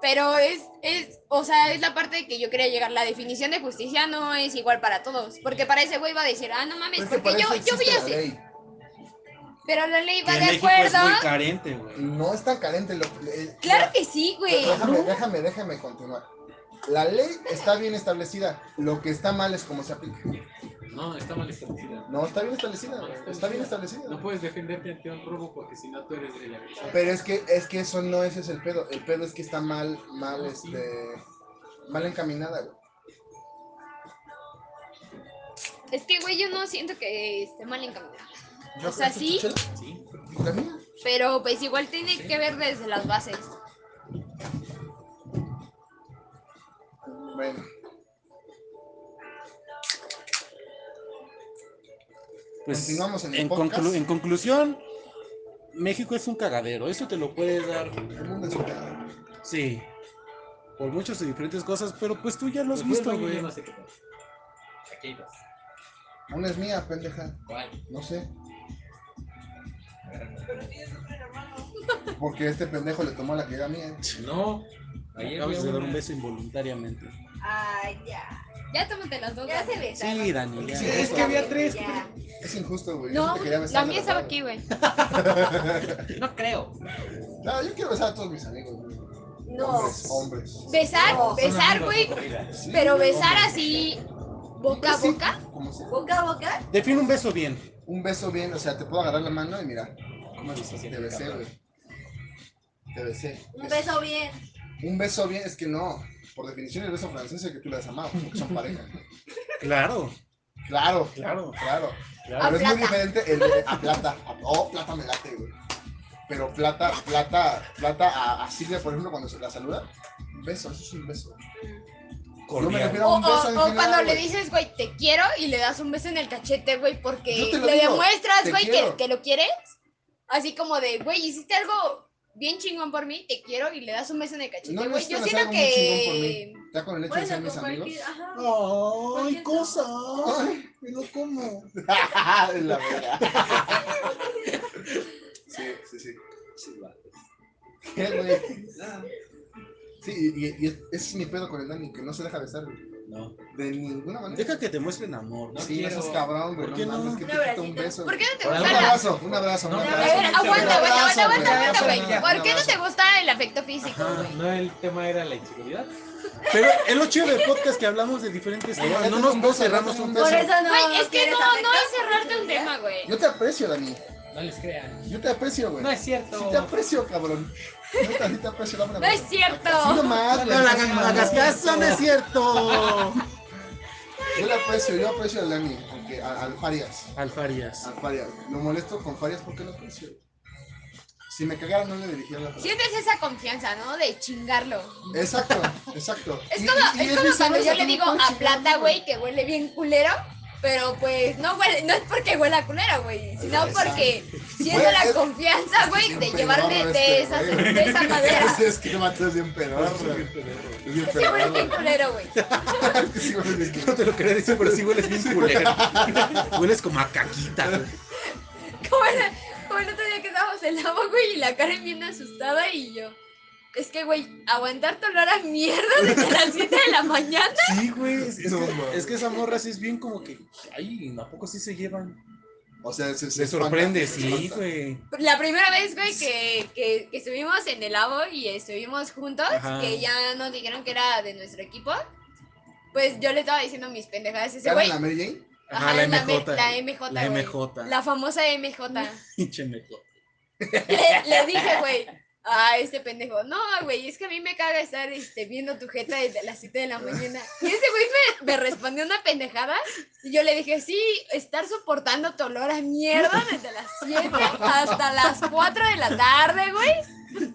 S4: Pero es, es, o sea, es la parte que yo quería llegar. La definición de justicia no es igual para todos. Porque para ese güey va a decir, ah, no mames,
S1: Pero es Pues que
S4: porque
S1: para
S4: yo,
S1: eso
S4: yo
S1: existe
S4: voy
S1: la
S4: así.
S1: ley.
S4: Pero la ley va
S2: Que
S4: de
S2: México es muy
S4: acuerdo.
S2: carente, güey.
S1: No es tan carente. Lo, eh,
S4: Claro que sí, güey.
S1: Déjame, déjame, déjame continuar. La ley está bien establecida. Lo que está mal es cómo se aplica.
S3: No, está mal establecida.
S1: No, está bien establecida. güey. Está bien establecida.
S3: No puedes defenderte ante un robo porque si no tú eres el agresor.
S1: Pero es que, es que eso no ese es el pedo. El pedo es que está mal,
S3: Ah,
S1: mal, este, mal encaminada, güey.
S4: Es que, güey, yo no siento que esté mal encaminado.
S1: Yo-
S4: O sea,
S1: ¿esto
S4: sí.
S1: es tu chela?
S3: Sí.
S1: ¿La mía?
S4: Pero pues igual tiene que ver desde las bases.
S1: Bueno, Continuamos en el podcast.
S2: Pues, en conclusión, México es un cagadero. Eso te lo puedes dar.
S1: el mundo es un cagadero.
S2: Sí. Por muchas y diferentes cosas, pero pues tú ya lo has
S3: Pues yo
S2: visto,
S3: el baño
S2: güey.
S3: ya No sé qué pasa. Aquí hay dos.
S1: Una es mía, pendeja.
S3: ¿Cuál?
S1: No sé. Porque este pendejo le tomó la que era mía.
S3: No.
S2: Me
S3: Ayer
S2: Acabas
S3: vi
S2: de dar
S3: una.
S2: un beso involuntariamente.
S6: Ay, ya.
S4: Ya tómate las dos.
S6: Ya
S4: Dani.
S6: se ve.
S2: Sí, Dani. ya.
S1: Sí, es que
S2: había
S6: tres.
S1: Es injusto, güey. Yo
S4: No,
S1: te quería besar
S4: la
S1: de
S4: mía estaba
S1: verdad,
S4: aquí, güey.
S3: No creo.
S1: güey. No, yo quiero besar a todos mis amigos, güey.
S6: No.
S1: Hombres, hombres.
S4: Besar,
S6: No, son
S4: besar, güey.
S1: Sí,
S4: Pero
S1: güey,
S4: besar
S1: hombres.
S4: así, boca a
S1: Sí,
S4: boca.
S1: como sea.
S6: Boca a boca.
S2: Define un beso bien.
S1: Un beso bien, o sea, te puedo agarrar la mano y mira,
S3: ¿Cómo dices?
S1: te besé, güey. Te besé.
S6: Un beso bien.
S1: Un beso bien, es que no. Por definición, el beso francés es el que tú le has amado, porque son pareja.
S2: Claro,
S1: Claro,
S2: claro.
S1: claro.
S2: claro.
S1: Pero es muy
S4: plata.
S1: diferente el de a plata. A- oh, plata me late, güey. Pero plata, plata, plata a, a Silvia, por ejemplo, cuando se la saluda. Un beso, eso es un beso. No me
S2: Cordial.
S1: refiero
S4: O,
S1: a un beso
S4: o-
S1: en
S4: o
S1: general,
S4: cuando le
S1: güey.
S4: dices, güey, te quiero y le das un beso en el cachete, güey, porque
S1: Yo
S4: le
S1: te lo digo,
S4: demuestras,
S1: te
S4: güey, que,
S1: quiero.
S4: que lo quieres. Así como de, güey, hiciste algo bien chingón por mí, te quiero y le das un beso en el
S1: No
S4: cachete, güey. Yo
S1: necesitas
S4: siento
S1: hacer algo muy chingón por
S4: que.
S1: Ya con el hecho de ser
S6: Bueno,
S1: mis
S6: con
S1: amigos.
S6: cualquier. Ajá.
S2: Ay, cosa.
S1: Ay,
S2: Pero cómo.
S1: la verdad. Sí, sí, sí. ¿Qué, güey? Sí, y, y- y es- ese es mi pedo con el Dani, que no se deja besar, güey.
S2: No.
S1: De ninguna manera.
S2: Deja que te muestren amor.
S3: No
S1: sí,
S3: quiero.
S1: no seas cabrón, güey.
S2: ¿Por
S1: No,
S2: qué no?
S1: mames, que
S6: Un
S1: te quita un
S6: abracito.
S1: beso.
S4: ¿Por qué no te
S3: Por
S1: Un
S4: gusta
S3: algo-
S4: la-
S1: abrazo, un abrazo, un
S3: No,
S4: A
S1: abrazo.
S4: ver,
S3: Un
S4: aguanta,
S1: Un
S4: aguanta,
S1: abrazo,
S4: aguanta, aguanta,
S1: güey,
S4: aguanta,
S1: un
S4: güey.
S1: abrazo.
S4: ¿Por qué no te gusta el afecto físico,
S2: Ajá.
S4: güey?
S3: No, el tema era la inseguridad.
S2: Pero es lo chido del podcast que hablamos de diferentes
S1: Oye,
S2: temas. No
S1: antes
S2: nos
S1: un
S2: no
S1: beso,
S2: cerramos
S1: antes
S2: un
S1: un
S2: beso.
S6: Por eso no.
S4: Güey, es que
S6: ¿quieres
S4: no,
S6: afecto?
S4: no es cerrarte un tema, güey.
S1: Yo te aprecio, Dani.
S3: No les crean.
S1: Yo te aprecio, güey.
S3: No es cierto.
S1: Sí te aprecio, cabrón. Neta, sí te aprecio, dame una
S4: No es
S1: mano.
S4: cierto.
S1: Así nomás, güey,
S2: No la
S1: así
S2: hagas-
S1: nomás.
S2: hagas caso, no es cierto.
S1: Yo le aprecio, yo aprecio al Dani, aunque al, al Farias.
S2: Alfarias.
S1: Al Farias. Lo molesto con Farias porque lo aprecio. Si me cagaran, no le dirigía la palabra.
S4: Sientes esa confianza, ¿no? De chingarlo.
S1: Exacto, exacto.
S4: Es
S1: Y-
S4: como,
S1: y- y
S4: es como cuando
S1: viceversa,
S4: yo
S1: tú
S4: le
S1: no
S4: digo
S1: puedes
S4: a
S1: chingar,
S4: plata, güey, que huele bien culero, pero pues no huele, no es porque huela a culera, güey, sino
S1: Exacto.
S4: porque siento
S1: Güey,
S4: la
S1: es-
S4: confianza, güey, de
S1: Siempre
S4: llevarme
S1: no,
S4: de
S1: este,
S4: esa,
S1: güey.
S4: de esa madera.
S1: Ese esquema tú es bien pedorro. Es bien
S4: Sí, huele
S1: pedorro.
S4: bien culero, güey.
S1: Sí, güey, de que-
S2: No te lo quería decir, pero sí hueles bien culero. Hueles como a caquita, güey.
S4: Como el, como el otro día que estábamos en la güey, y la Karen bien asustada y yo. Es que, güey, aguantar tu olor a mierda desde las 7 de la mañana.
S2: Sí, güey. Es, es
S1: No,
S2: que,
S1: mames.
S2: es que esa morra sí es bien como que. Ay, ¿a poco sí se llevan?
S1: O sea, se,
S2: Se
S1: espanta,
S2: sorprende,
S1: se
S2: sí,
S1: espanta.
S2: güey.
S4: La primera vez, güey, que, que, que estuvimos en el ABO y estuvimos juntos,
S2: Ajá.
S4: que ya nos dijeron que era de nuestro equipo, pues yo le estaba diciendo mis pendejadas a ese
S1: ¿Ganan
S4: güey.
S1: la Mary Jane?
S2: Ajá,
S4: Ajá,
S2: la
S4: la me-
S2: MJ.
S4: la MJ,
S2: La
S4: güey.
S2: MJ.
S4: La famosa MJ.
S2: pinche MJ.
S4: le, le dije, güey, a este pendejo, no, güey, es que a mí me caga estar este, viendo tu jeta desde las 7 de la mañana. Y ese güey me, me respondió una pendejada y yo le dije, sí, estar soportando tu olor a mierda desde las 7 hasta las 4 de la tarde, güey.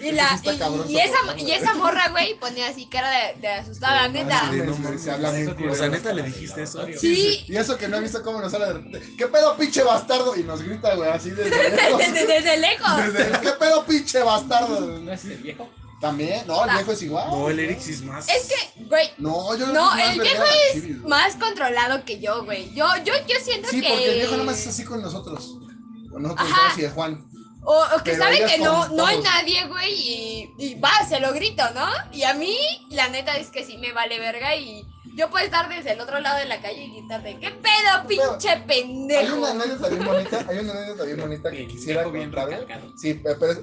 S4: Y,
S1: Eso sí
S4: la,
S1: está
S4: y-
S1: cabrón
S4: y esa,
S1: soportarlo,
S4: y esa morra, güey, ponía así cara de, de asustada, neta.
S1: Ah, sí, no,
S2: mames,
S1: se habla bien
S2: eso,
S1: culero.
S2: O sea, neta le dijiste eso.
S4: Sí,
S1: Y eso que no he visto cómo nos sale de repente. ¿Qué pedo, pinche bastardo? Y nos grita, güey, así desde lejos.
S4: desde, desde lejos.
S1: Desde- ¿Qué pedo, pinche bastardo?
S3: ¿No es el viejo?
S1: También, no,
S4: Ah.
S1: el viejo es igual.
S2: No, el Eric sí es más.
S4: Es que, güey,
S1: No, yo
S4: No,
S1: creo que
S4: el
S1: más
S4: viejo
S1: verguera.
S4: es
S1: Sí, güey.
S4: más controlado que yo, güey. Yo, yo, yo siento
S1: Sí,
S4: que.
S1: porque el viejo nada más es así con nosotros. Con nosotros
S4: Ajá.
S1: dos y de Juan.
S4: O, o que
S1: pero
S4: sabe
S1: ellas
S4: que no,
S1: son
S4: no hay
S1: todos.
S4: nadie, güey, y, y va, se lo grito, ¿no? Y a mí, la neta es que sí me vale verga y yo puedo estar desde el otro lado de la calle y gritarte, ¿qué pedo, pinche
S1: Hay
S4: pendejo?
S1: una anécdota bien bonita, hay una anécdota bien bonita que quisiera
S3: bien
S1: contar.
S3: recalcado.
S1: Sí, pe- pero es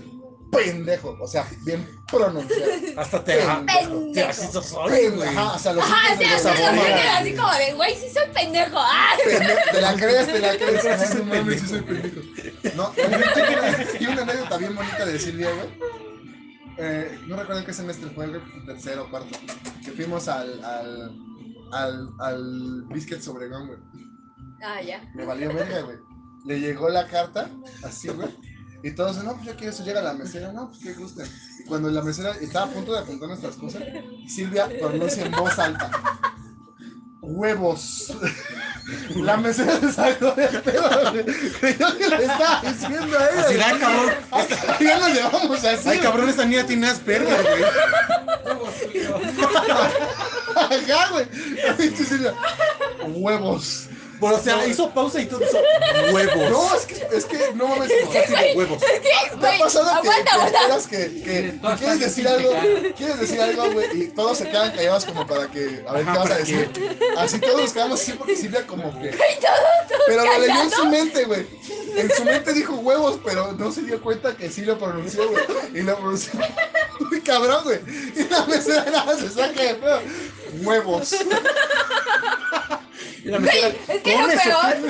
S1: pendejo, o sea, bien pronunciado.
S2: Hasta te ha-
S4: Pendejo.
S2: te has hecho soy,
S1: Pendejo,
S2: güey.
S1: Ajá, o sea, los
S4: Ajá,
S1: hijos
S4: sí,
S1: de
S4: o sea,
S1: los
S4: se me
S2: sabores.
S1: abogados.
S4: queda así como de, güey, sí soy pendejo, ah.
S1: Pende- Te la crees, te la crees.
S2: Sí,
S1: No,
S2: soy
S1: no mames, sí soy
S2: pendejo.
S1: pendejo. No, tiene una- tiene una anécdota bien bonita de Silvia, güey. Eh, no recuerdo en qué semestre fue, creo que tercero o cuarto. Que fuimos al, al, al, al Biscuit Sobregón, güey.
S4: Ah, ya.
S1: Me valió verga, güey. Le llegó la carta, así, güey. Y todos, no, pues yo quiero eso. Llega la mesera, no, pues qué gusta. Y cuando la mesera estaba a punto de apuntar nuestras cosas, Silvia pronuncia en voz alta: Huevos. La mesera se sacó de pedo, güey. Creyó que le estaba diciendo a ella.
S2: Así
S1: güey.
S2: da, cabrón.
S1: Ay, Ya nos llevamos así.
S2: Ay, cabrón, esta niña tiene Asperger, güey.
S1: Ajá, güey. Y Silvia: Huevos.
S2: Bueno, o sea, hizo pausa y todo hizo huevos.
S1: No, es que, es que no mames.
S2: Así de huevos.
S1: ¿Te ha
S4: Güey,
S1: pasado que,
S4: aguanta,
S1: que
S4: aguanta.
S1: esperas que, que
S3: Tú estás
S1: quieres decir
S3: sin
S1: algo,
S3: pegar.
S1: quieres decir algo, güey, y todos se quedan callados como para que, a ver,
S2: Ajá,
S1: ¿qué vas a
S2: para
S1: decir? Así todos nos quedamos así porque Silvia como que...
S4: todos
S1: Pero lo leyó en
S4: callados.
S1: su mente, güey. En su mente dijo huevos, pero no se dio cuenta que sí lo pronunció, güey. Y lo pronunció muy cabrón, güey. Y la mesera nada se saca de pedo. Huevos.
S2: Y la mesera,
S4: Es que lo
S2: "Con eso,
S4: peor.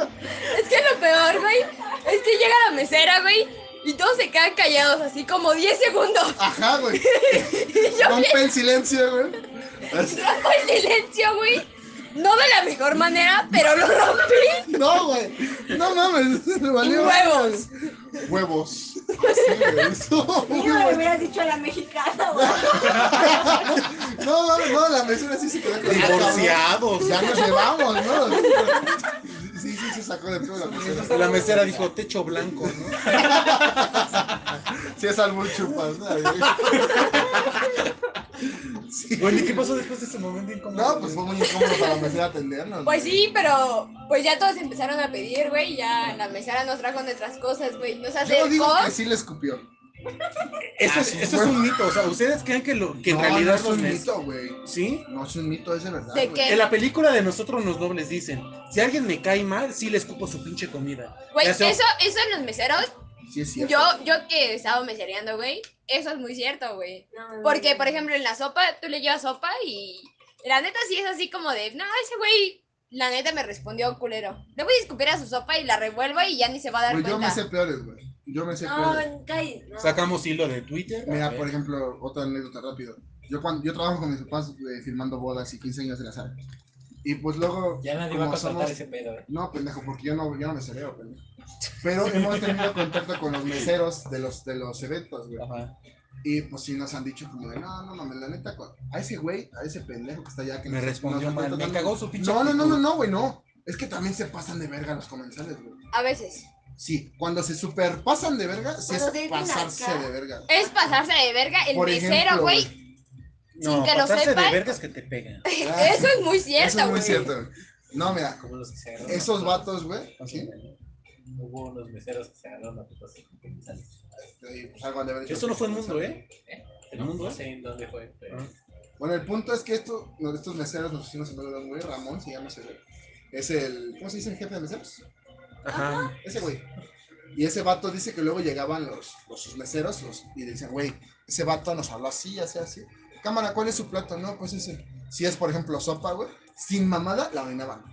S4: es que lo peor, güey, es que llega la mesera, güey, y todos se quedan callados así como 10 segundos.
S1: Ajá, güey.
S4: Y yo bien
S1: Rompe el silencio, güey. Así-
S4: rompo el silencio, güey. No de la mejor manera, pero lo rompí.
S1: No, güey. No mames. Me
S4: Y
S1: valió.
S4: huevos.
S1: Huevos. Sí, güey. Estuvo muy
S6: Yo le
S1: bueno.
S6: hubieras dicho a la mexicana, güey.
S1: No, no, no, la mesera sí se quedó con
S2: Divorciados.
S1: Ya nos llevamos, ¿no? Sí, sí, se sacó de todo la mesera.
S2: Y La mesera dijo, techo blanco, ¿no?
S1: Sí, es albur chupas. ¿no? Sí.
S2: Bueno, ¿y qué pasó después de ese momento incómodo?
S1: No, pues fue muy incómodo para la mesera atendernos.
S4: Pues
S1: güey.
S4: sí, pero pues ya todos empezaron a pedir, güey. Ya la mesera nos trajo nuestras cosas, güey. Nos
S1: Yo digo
S4: acercó.
S1: que sí le escupió.
S2: Eso es, eso es un mito, o sea, ¿ustedes creen que, lo, que en
S1: ah, No,
S2: realidad
S1: no es un
S2: los mes-
S1: mito, güey.
S2: ¿Sí?
S1: No es un mito, es de verdad.
S4: ¿De
S1: güey.
S4: qué?
S2: En la película de Nosotros los Nobles dicen, si alguien me cae mal, sí le escupo su pinche comida.
S4: Güey,
S2: Ya sea-
S4: eso, eso en los meseros,
S1: Sí, es cierto.
S4: yo, yo que he estado mesereando, güey, eso es muy cierto, güey.
S6: No,
S4: Porque, por ejemplo, en la sopa, tú le llevas sopa y la neta sí es así como de, no, ese güey, la neta me respondió culero. Le voy a escupir a su sopa y la revuelvo y ya ni se va a dar
S1: Güey, Pues yo
S4: cuenta.
S1: me sé peores, güey. Yo me sé peores.
S6: No, caí. No.
S2: Sacamos hilo de Twitter.
S1: Mira,
S2: A
S1: por
S2: ver.
S1: ejemplo, otra anécdota rápido. Yo cuando yo trabajo con mis papás eh, firmando bodas y 15 años de la sala. Y pues luego
S3: Ya nadie va a
S1: como
S3: contratar
S1: somos
S3: ese pedo, ¿eh?
S1: no, pendejo, porque yo no yo no me celebro, pendejo. Pero hemos tenido contacto con los meseros de los, de los eventos, güey.
S2: Ajá.
S1: Y pues sí nos han dicho como de, no, no mames, la neta, cu- a ese güey, a ese pendejo que está allá que
S2: Me
S1: nos-
S2: respondió
S1: nos
S2: mal.
S1: está
S2: Me
S1: tratando-
S2: cagó su pinche.
S1: No, no, no, no,
S2: actitud.
S1: no, güey, no. Es que también se pasan de verga los comensales, güey.
S4: A veces.
S1: Sí, cuando se superpasan de verga, sí
S6: Cuando
S1: es
S6: te dicen
S1: pasarse
S6: acá.
S1: de verga.
S4: Es pasarse de verga el
S1: Por
S4: mesero,
S1: ejemplo,
S4: güey.
S2: No,
S4: que lo
S2: pasarse de
S4: sepan.
S2: vergas que te pegan.
S1: Ah,
S4: Eso es muy cierto,
S1: Eso es muy
S4: güey.
S1: cierto, güey. No, mira,
S3: Como los que se agarraron.
S1: esos
S3: a-
S1: vatos, güey, ¿sí?
S3: Hubo unos meseros que se agarraron a putas en comensales.
S1: Eh, algo han de haber hecho.
S2: Esto no fue el mundo, ¿eh? ¿El mundo?
S3: No sé en dónde fue, pero.
S2: Ah.
S1: Bueno, el punto es que esto, no, estos meseros nos hicimos en un güey, Ramón se llama ese güey. Es el, ¿cómo se dice el jefe de meseros?
S2: Ajá.
S1: Ese güey. Y ese vato dice que luego llegaban los, los sus meseros los, y le decían, güey, ese vato nos habló así, así, así. Cámara, ¿cuál es su plato? No, pues ese. Si es, por ejemplo, sopa, güey, sin mamada la orinaban.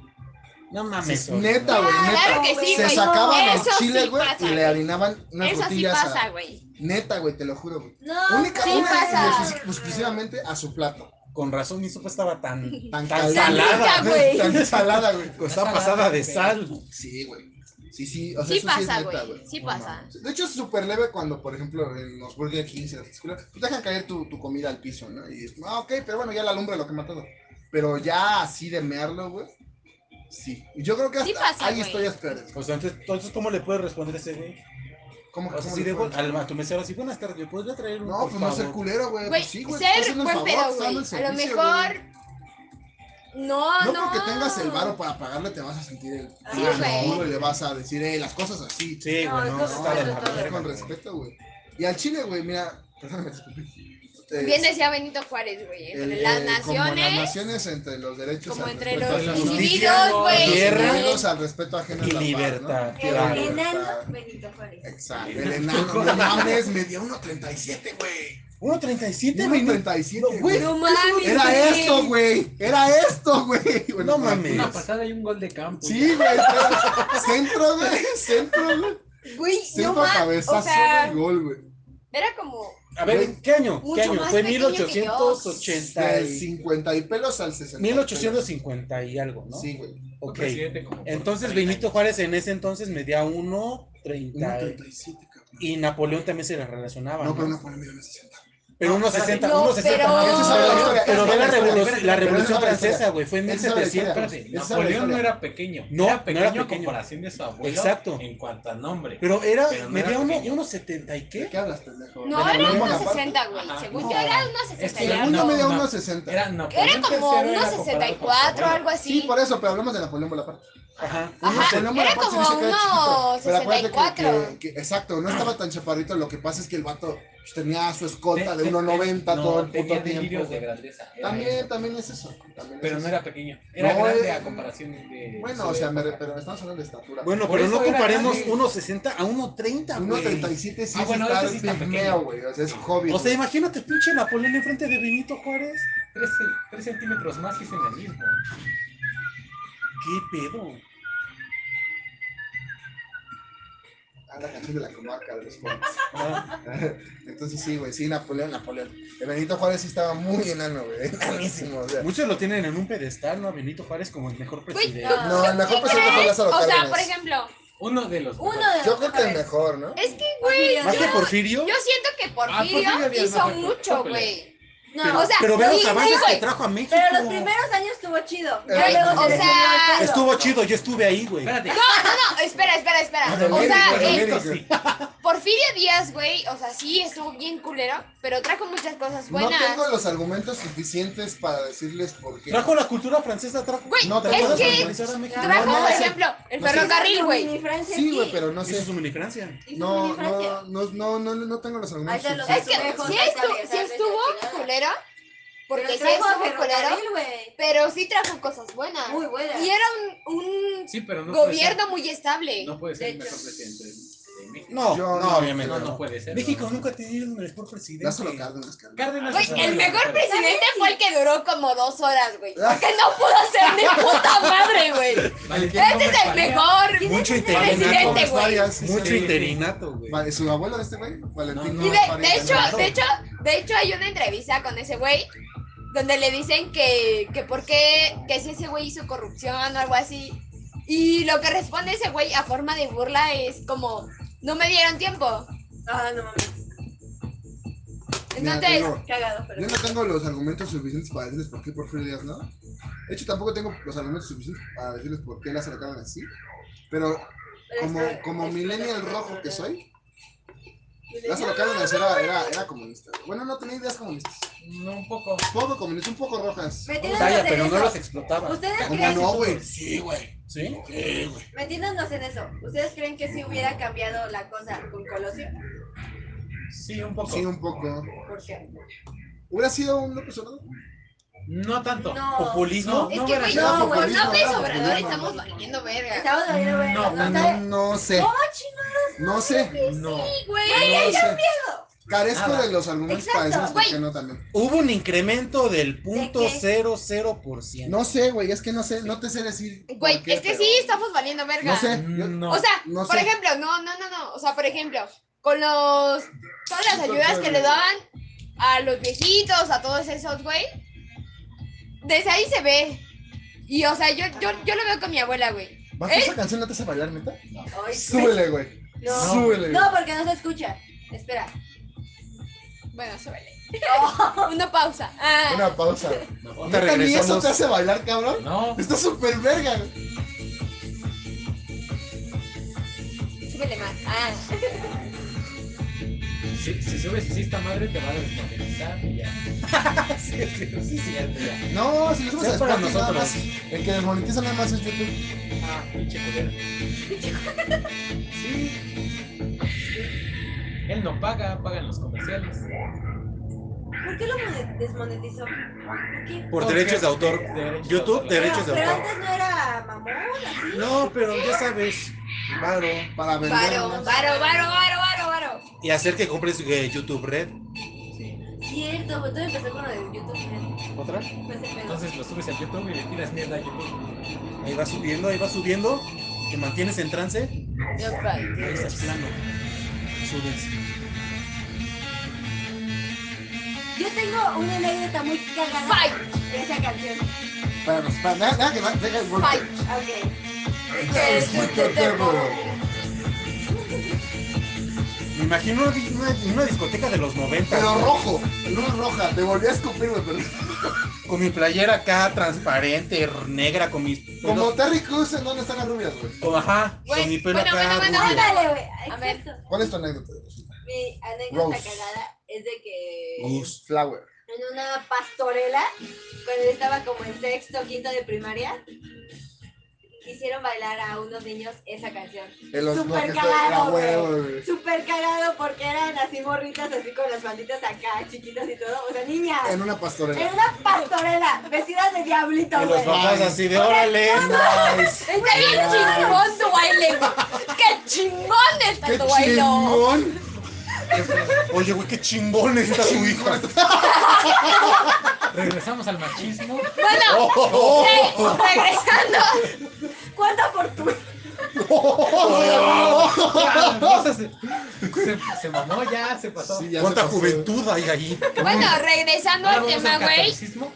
S2: No
S1: Sí,
S2: mames. oye.
S1: neta, güey,
S4: Ah,
S1: neta.
S4: claro que sí,
S1: se
S4: güey.
S1: sacaban
S4: Eso
S1: los chiles,
S4: sí
S1: güey,
S4: pasa,
S1: y
S4: güey.
S1: le harinaban unas
S4: Eso sí
S1: frutillas.
S4: pasa,
S1: a...
S4: güey.
S1: Neta, güey, te lo juro, güey.
S6: No,
S1: Única,
S6: sí
S1: única y
S6: pasa.
S1: exclus- exclusivamente a su plato.
S2: Con razón mi sopa estaba tan.
S1: Tan,
S2: Tan
S1: salada,
S4: salada, güey.
S1: Tan salada, güey.
S2: Estaba pasada de sal.
S1: Sí, güey. Sí, sí, o sea,
S4: Sí
S1: eso sí
S4: pasa,
S1: es neta,
S4: güey.
S1: güey.
S4: Sí
S2: No
S4: pasa.
S2: mames.
S1: De hecho, es súper leve cuando, por ejemplo, en los Burger Kings y las escuelas, pues dejan caer tu, tu comida al piso, ¿no? Y es, ah, ok, pero bueno, ya la lumbre lo quema todo. Pero ya así de mearlo, güey, sí. Y Yo creo que hasta
S4: Sí pasa,
S1: hay
S4: güey.
S1: historias peores.
S2: O sea, entonces, entonces, ¿cómo le puedes responder a ese güey?
S1: ¿Cómo,
S2: O sea,
S1: cómo
S2: si
S1: le
S2: de,
S1: puedes-
S2: al, a tu mesero así, buenas tardes, ¿me puedes traer un
S1: No,
S2: por
S1: pues no ser
S2: favor?"
S1: culero, güey.
S4: Güey,
S1: Pues sí, güey. te está
S4: ser
S1: haciendo el
S4: buen
S1: favor,
S4: pedo,
S1: te está dando
S4: güey.
S1: el
S4: A lo
S1: servicio,
S4: mejor.
S1: güey.
S4: No, no.
S1: No porque tengas el varo para pagarle, te vas a sentir el.
S6: Sí,
S1: Ah, no,
S4: güey.
S1: Y le vas a decir, eh, las cosas así.
S2: Sí,
S6: No,
S2: güey, no,
S6: no,
S2: está de
S6: no,
S2: la
S6: no,
S1: Es
S2: verga,
S1: con
S2: güey.
S1: respeto, güey. Y al chile, güey, mira. Perdóname, disculpe. Eh,
S4: Bien decía Benito Juárez, güey. Entre
S1: el-
S4: las
S1: eh, Como las
S4: naciones.
S1: naciones, entre los derechos.
S4: Como
S1: al
S4: entre
S1: respeto
S4: los
S1: ajeno, ¿no?
S4: individuos,
S1: Entre
S4: güey.
S1: los
S2: Tierra
S1: individuos, al respeto ajeno es
S2: y
S1: la paz, ¿no?
S2: libertad,
S1: Y
S2: claro.
S1: la
S6: El
S1: libertad.
S6: enano Benito Juárez.
S1: Exacto. El enano, no mames, me dio 1.37, güey.
S2: 1.37, güey. no-
S1: 1.37,
S2: güey.
S1: güey.
S4: No mames.
S1: este. Era esto, güey. Era esto, güey.
S2: No mames.
S3: Una pasada y un gol de campo.
S1: Sí, güey. espera. Centro, güey. Centro, güey.
S4: Güey, no
S1: Centro
S4: mames.
S1: cabezazo
S4: O sea,
S1: de gol, güey.
S4: era como.
S2: A ver, ¿en ¿qué año?
S4: Mucho
S2: ¿Qué año?
S4: más
S2: Fue
S4: pequeño que yo.
S2: 1880.
S1: Del
S2: y-
S1: 50 y pelos al 60.
S2: 1850 y algo, ¿no?
S1: Sí, güey.
S3: Un
S2: Ok.
S3: presidente como por
S2: Entonces,
S3: 30
S2: Benito Juárez en ese entonces medía 1.30.
S1: 1.37, cabrón.
S2: Y Napoleón también se le relacionaba.
S1: No, pero
S2: ¿no?
S1: no pone medio de 60.
S2: Pero unos 60,
S4: No,
S2: unos 60
S4: pero-
S2: más.
S4: Esa es otra
S1: historia,
S2: Pero
S1: esa
S2: ve
S1: es
S2: la,
S1: otra
S2: revolu-
S1: historia.
S2: la
S1: Pero esa es
S2: revolución
S1: otra
S2: francesa,
S1: historia.
S2: güey, fue en
S1: Esa es otra
S2: 1700.
S1: historia.
S3: años.
S1: Esa es la
S3: Napoleón no
S1: historia.
S3: era pequeño.
S2: No, no era
S3: era pequeño a
S2: pequeño.
S3: comparación de su abuelo.
S2: Exacto.
S3: En cuanto a nombre.
S2: Pero era,
S3: Pero no
S2: medía
S3: era
S2: uno-
S3: pequeño.
S2: 1.70 y
S1: ¿De
S2: qué?
S1: qué hablas, pendejo?
S4: No,
S1: ¿De
S4: era
S1: Napoleón
S4: unos
S1: Bonaparte?
S4: 60, güey.
S3: Ajá,
S4: Según
S1: no.
S4: yo, era unos
S3: Este,
S4: 60 y
S1: Según yo
S4: algo.
S1: medía
S3: No, no.
S1: 1.60.
S3: Era Napoleón
S4: Era como
S3: III,
S4: unos
S3: era comparado con su
S4: 64,
S3: abuelo.
S4: algo así.
S1: Sí, por eso, pero hablamos de Napoleón Bonaparte.
S2: Ajá.
S4: Ajá,
S1: Napoleón
S4: era
S1: Bonaparte se
S4: como
S1: dice que era chiquito,
S4: unos
S1: pero acuérdate que-
S4: 64.
S1: que- que- Exacto, no estaba tan chaparrito. Lo que pasa es que el vato pues, tenía su escolta de
S3: Te- te-
S1: 1.90
S3: no,
S1: todo el
S3: tenía
S1: puto tiempo.
S3: delirios de
S1: güey.
S3: grandeza. era
S1: También,
S3: eso.
S1: también es eso. también es
S3: Pero
S1: eso.
S3: no era pequeño. Era
S1: No,
S3: grande
S1: eh,
S3: a comparación de.
S1: Bueno, o sea, me, re- pero estamos hablando de estatura.
S2: Bueno,
S3: Por
S2: pero
S3: eso
S2: no
S3: era
S2: comparemos
S3: grande.
S2: 1.60 a 1.30, güey.
S1: 1.37 sí
S3: Ah, bueno,
S1: es
S3: ese sí está
S1: estar pigmeo,
S3: pequeño.
S1: güey. O sea, es hobby.
S2: O sea, imagínate, pinche Napoleón enfrente de Benito Juárez.
S3: 3, centímetros más y es en el mismo.
S2: ¿Qué pedo?
S1: la canción de la comarca de los jóvenes.
S2: Ah,
S1: Entonces sí, güey, sí, Napoleón, Napoleón. El Benito Juárez sí estaba muy enano, güey. Enanísimo, o sea.
S2: muchos lo tienen en un pedestal, ¿no? A Benito Juárez como el mejor presidente.
S4: no.
S1: No, el mejor presidente fue Lázaro
S4: O sea,
S1: Cárdenas.
S4: por ejemplo,
S3: Uno de los.
S6: Uno
S3: mejores.
S6: de los
S1: Yo creo que el
S6: mejores.
S1: mejor, ¿no?
S4: es que, güey, yo,
S6: Porfirio
S2: ¿Más que
S4: yo
S2: Porfirio?
S4: siento que Porfirio,
S3: Porfirio Díaz
S4: hizo
S3: no fue-
S4: mucho,
S3: fue pelea.
S4: güey.
S6: No,
S2: pero,
S6: o sea,
S2: pero ve los
S4: sí,
S2: avances
S4: güey.
S2: que trajo a México.
S6: pero los primeros años estuvo chido. Ya
S1: Güey,
S6: luego
S1: o
S6: se le subió
S4: sea,
S6: el pedo.
S2: Estuvo chido, yo estuve ahí, güey. Ah,
S3: Espérate.
S4: No, espera, espera, espera.
S1: Bueno,
S4: O
S1: Lady,
S4: sea, eh,
S1: bueno,
S4: el
S1: Lady,
S3: esto
S1: güey.
S3: sí.
S4: Porfirio Díaz, güey, o sea, sí estuvo bien culero, pero trajo muchas cosas
S1: No
S4: buenas.
S1: tengo los argumentos suficientes para decirles por qué.
S2: Trajo la cultura francesa, trajo.
S4: Güey,
S1: No te
S4: es
S1: puedes
S4: que
S1: organizar a México.
S4: trajo,
S1: No, no,
S4: por
S1: o sea,
S4: ejemplo, el
S1: no sé.
S4: ferrocarril, güey.
S6: Mini Francia
S1: Sí,
S6: aquí.
S1: güey, pero no
S2: Hizo
S1: sé.
S2: su mini Francia.
S6: Hizo
S1: No,
S6: mini Francia.
S1: no, no, no, no, no tengo los
S6: Ahí
S1: argumentos
S6: te los-
S4: Es
S1: suficientes.
S4: que
S6: Mejor
S4: sí,
S6: que
S4: estuvo,
S6: cabezas
S4: sí
S6: de
S4: estuvo
S6: chingada.
S4: culero, porque sí
S6: Pero trajo
S4: estuvo culero,
S6: ferrocarril, güey.
S4: pero sí trajo cosas buenas.
S6: Muy buena.
S4: Y era un, un
S3: Sí, pero no. puede
S4: gobierno
S3: ser-
S4: muy estable.
S3: No puede ser
S6: De
S3: el mejor
S6: hecho.
S3: presidente de de México.
S2: No,
S1: Yo
S2: no,
S1: no,
S2: obviamente.
S1: yo
S3: No,
S2: no.
S3: no puede ser.
S2: México
S3: no.
S2: nunca ha tenido un mejor presidente.
S1: Lázaro Cárdenas, Cárdenas.
S3: Cárdenas
S4: Güey,
S3: es uno de
S4: el
S3: los
S4: mejor
S3: mejores.
S4: presidente fue el que duró como dos horas, güey.
S1: Ah.
S4: Porque no pudo hacer ni puta madre, güey.
S3: Valentín
S4: Este
S3: Gómez
S4: es el
S3: Faría.
S4: mejor.
S2: Mucho
S4: presidente,
S2: interinato.
S4: güey.
S2: Mucho
S1: güey.
S2: interinato, güey.
S1: Vale, su abuelo de este güey, Valentín.
S3: No,
S4: Y
S1: Gómez
S4: de,
S1: Faría,
S4: de hecho,
S1: ganador.
S4: de hecho, de hecho hay una entrevista con ese güey donde le dicen que, que por qué, que si ese güey hizo corrupción o algo así. Y lo que responde ese güey a forma de burla es como, no me dieron tiempo.
S6: Ah, no mames.
S1: Mira,
S4: Entonces,
S1: tengo-
S6: Cagado, pero.
S1: yo no tengo los argumentos suficientes para decirles por qué Porfirio Díaz no. De hecho, tampoco tengo los argumentos suficientes para decirles por qué las acaban así. Pero
S6: pero
S1: como,
S6: está-
S1: como
S6: está-
S1: millennial
S6: está-
S1: rojo que soy,
S6: Millennial.
S1: Lázaro Cárdenas era, era, era comunista. Bueno, no tenía ideas comunistas.
S2: No, un poco.
S1: Poco comunista, un poco rojas.
S6: Metiéndonos
S2: Vaya,
S6: en
S2: pero no
S6: eso.
S2: los explotaba.
S6: ¿Ustedes
S1: ¿Cómo
S6: creen,
S1: no, güey?
S2: Sí, güey. ¿Sí? Sí, güey.
S6: metiéndonos en eso, ¿ustedes creen que si hubiera cambiado la cosa con Colosio?
S2: Sí, un poco.
S1: Sí, un poco.
S6: ¿Por qué?
S1: ¿Hubiera sido un López Obrador?
S2: No tanto.
S6: No.
S2: Populismo. No,
S4: es
S2: no
S4: que,
S2: hubiera
S4: güey,
S2: sido
S1: no,
S4: no,
S2: populismo.
S1: populismo,
S4: con López
S1: no,
S4: Obrador
S1: populismo,
S4: estamos
S1: no.
S4: valiendo verga.
S6: Estamos doliendo, güey.
S2: No, no,
S6: ¿no? ¿Sabe?
S1: No sé.
S4: Oh,
S1: No sé.
S2: No.
S4: Güey,
S1: No sé. Carezco
S2: Nada.
S1: de los argumentos para
S6: Exacto.
S1: decirles por qué
S4: Güey.
S1: no también.
S2: Hubo un incremento del
S6: ¿De
S2: punto
S6: qué?
S2: cero cero por ciento.
S1: No sé, güey, es que no sé, no te sé decir. por
S4: Güey,
S1: qué,
S4: es que
S1: pero-
S4: sí estamos valiendo verga.
S1: No sé. yo-
S2: No.
S4: O sea,
S1: No
S4: por
S1: sé.
S4: ejemplo, no, no, no, no. O sea, por ejemplo, con los todas las ayudas que le daban a los viejitos, a todos esos, güey. Desde ahí se ve. Y o sea, yo, yo, yo lo veo con mi abuela, güey.
S1: ¿Vas a esa canción no te hace bailar, neta?
S6: Ay,
S1: Súbele, güey.
S6: No.
S1: Súbele.
S6: No, porque no se escucha. Espera.
S4: Bueno, súbele. Una pausa. Ah,
S1: Una pausa.
S2: No,
S1: ¿Neta ni eso
S2: regresamos.
S1: te hace bailar, cabrón?
S2: No.
S1: Está súper verga, güey.
S4: súbele más. Ah.
S3: Si, si subes así esta madre, te va a desmonetizar y ya.
S2: Sí, es que- sí, sí, ya, ya.
S1: No, si lo subes
S2: Sea
S1: a
S2: para
S1: Spotify nada
S2: nosotros.
S1: más. El que desmonetiza nada más es YouTube.
S2: Ah, pinche culero.
S3: Sí. Él no paga, pagan los comerciales.
S6: ¿Por qué lo monet- desmonetizó? ¿Por qué?
S2: Por
S3: Ok.
S2: derechos de autor. YouTube,
S3: Derechos de autor.
S6: Pero,
S2: derechos de
S6: pero
S2: autor.
S6: antes no era mamón.
S2: No, pero ya sabes.
S1: Varo, para vender.
S4: Varo,
S1: nada más.
S4: varo, varo, varo, varo, varo.
S2: Y hacer que compres eh, YouTube Red.
S6: Cierto, pues todo empezó con lo de YouTube.
S2: ¿Otra?
S6: Pues, el pedo.
S3: Entonces lo subes a YouTube y le tiras mierda a YouTube.
S2: Ahí va subiendo, ahí va subiendo. Te mantienes en trance. Ahí estás plano. Subes.
S6: Yo tengo una anécdota muy cagada de esa canción.
S1: Espéranos, espera, nada, nada que va- deja el golpe.
S4: Fight.
S6: Ok.
S2: Este
S6: Este
S1: Es Fuerte Turbo.
S2: Me imagino una, una- una discoteca de los 90.
S1: Pero
S2: güey,
S1: rojo, luz roja. Te volví a escupir, güey, pero.
S2: Con mi playera acá transparente, r- negra, con mis.
S1: Como Terry Crews, ¿en dónde están las rubias, güey?
S2: con- ajá,
S4: Güey,
S2: con mi pelo
S4: bueno,
S2: acá.
S4: bueno, bueno,
S2: rubio.
S6: Ándale, güey.
S4: A ver.
S6: Exacto.
S1: ¿Cuál es tu anécdota?
S6: Mi anécdota
S1: Rose.
S6: cagada es de que
S2: Gus.
S1: Flower.
S6: en una pastorela, cuando yo estaba como en sexto, quinto de primaria, hicieron bailar a unos niños esa canción.
S1: El los
S6: Súper
S1: bloques de la
S6: cagado,
S1: huevo,
S6: güey.
S1: güey.
S6: Súper cagado porque eran así morritas, así con las banditas acá, chiquitas y todo. O sea, niñas.
S1: En una
S6: En
S1: pastorela.
S6: una pastorela, vestidas de diablito,
S2: Y los
S6: güey.
S2: papás así de órale.
S1: Nice.
S4: Está bien chingón tu baile. güey. Qué chingón está
S1: ¡Qué
S4: tu baile.
S1: chingón!
S2: Oye, güey, qué chingón está su hija.
S3: Regresamos al machismo.
S4: Bueno,
S2: Oh, oh,
S4: sí, regresando.
S6: ¿Cuánta fortuna?
S1: Oh,
S3: Ya, esa se, se, se mamó ya, se pasó.
S1: Sí,
S2: oh.
S1: ya
S2: ¿Cuánta
S1: se pasó.
S2: juventud hay ahí?
S4: Bueno, regresando
S3: Ahora
S4: al
S3: vamos
S4: tema,
S3: al
S4: güey.
S3: catolicismo.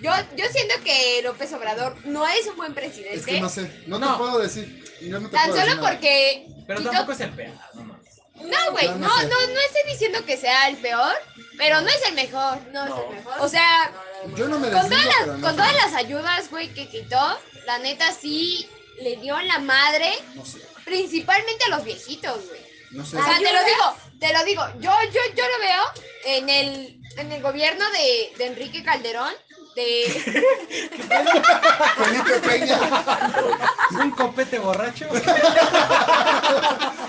S4: Yo, yo siento que López Obrador no es un buen presidente.
S1: Es que no sé, no, te
S3: No.
S1: puedo decir. Yo no te
S4: tan
S1: puedo decir
S4: solo
S1: nada.
S4: porque.
S3: Pero
S4: quitó-
S3: tampoco es el peor. No mames.
S4: No, güey,
S1: No,
S4: no,
S1: no
S4: no,
S1: sé.
S4: no estoy diciendo que sea el peor, pero no es el mejor.
S6: No, es
S3: No.
S6: el mejor.
S4: O sea,
S6: No, la de
S1: Yo no me
S4: Con
S1: deslindo,
S4: todas,
S1: pero
S4: las,
S1: no.
S4: con todas las ayudas, güey, que quitó, la neta sí le dio en la madre,
S1: No sé,
S4: principalmente a los viejitos, güey.
S1: no sé.
S4: O sea, te lo
S6: ¿Ayudas?
S4: digo, te lo digo. Yo, yo, yo lo veo en el, en el gobierno de, de Enrique Calderón, de
S1: Felipe Peña,
S3: Un copete borracho.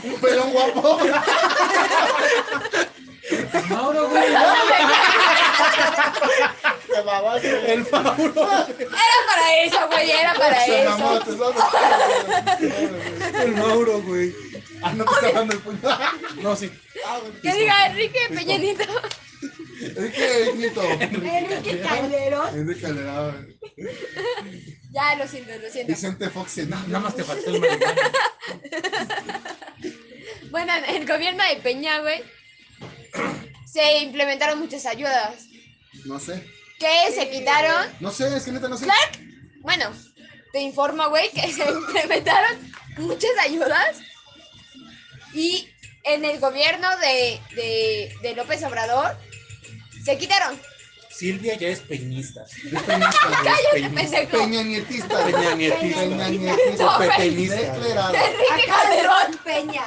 S1: un pelón guapo.
S3: Mauro, güey.
S1: Te mamaste, güey.
S2: El Mauro.
S4: Era para eso, güey, era para
S1: Se mamó,
S4: eso.
S1: te sabes.
S2: El Mauro, güey.
S1: Ah, no te está dando el puño.
S2: No, sí.
S1: Ah, bueno.
S4: Que diga Enrique Peña Nieto.
S1: Es que es mito.
S6: Enrique Calderón.
S1: Es de Calderado, güey.
S4: Ya, lo siento, lo siento.
S1: Vicente Fox. No,
S3: Nada más te faltó el marihuana.
S4: Bueno, en el gobierno de Peña, güey, se implementaron muchas ayudas
S1: no sé.
S4: que se quitaron.
S1: No sé, es que neta no sé.
S4: Claro, bueno, te informo, güey, que se implementaron muchas ayudas y en el gobierno de, de- de López Obrador se quitaron.
S2: Silvia ya es peñista.
S1: Es peñista, güey.
S2: Es peñista.
S4: Pendejo.
S1: Peña nietista.
S2: Peña nietista.
S1: Peña
S2: O
S1: nietista.
S2: pepeñista.
S1: Declarado.
S4: Enrique Calderón,
S6: Peña.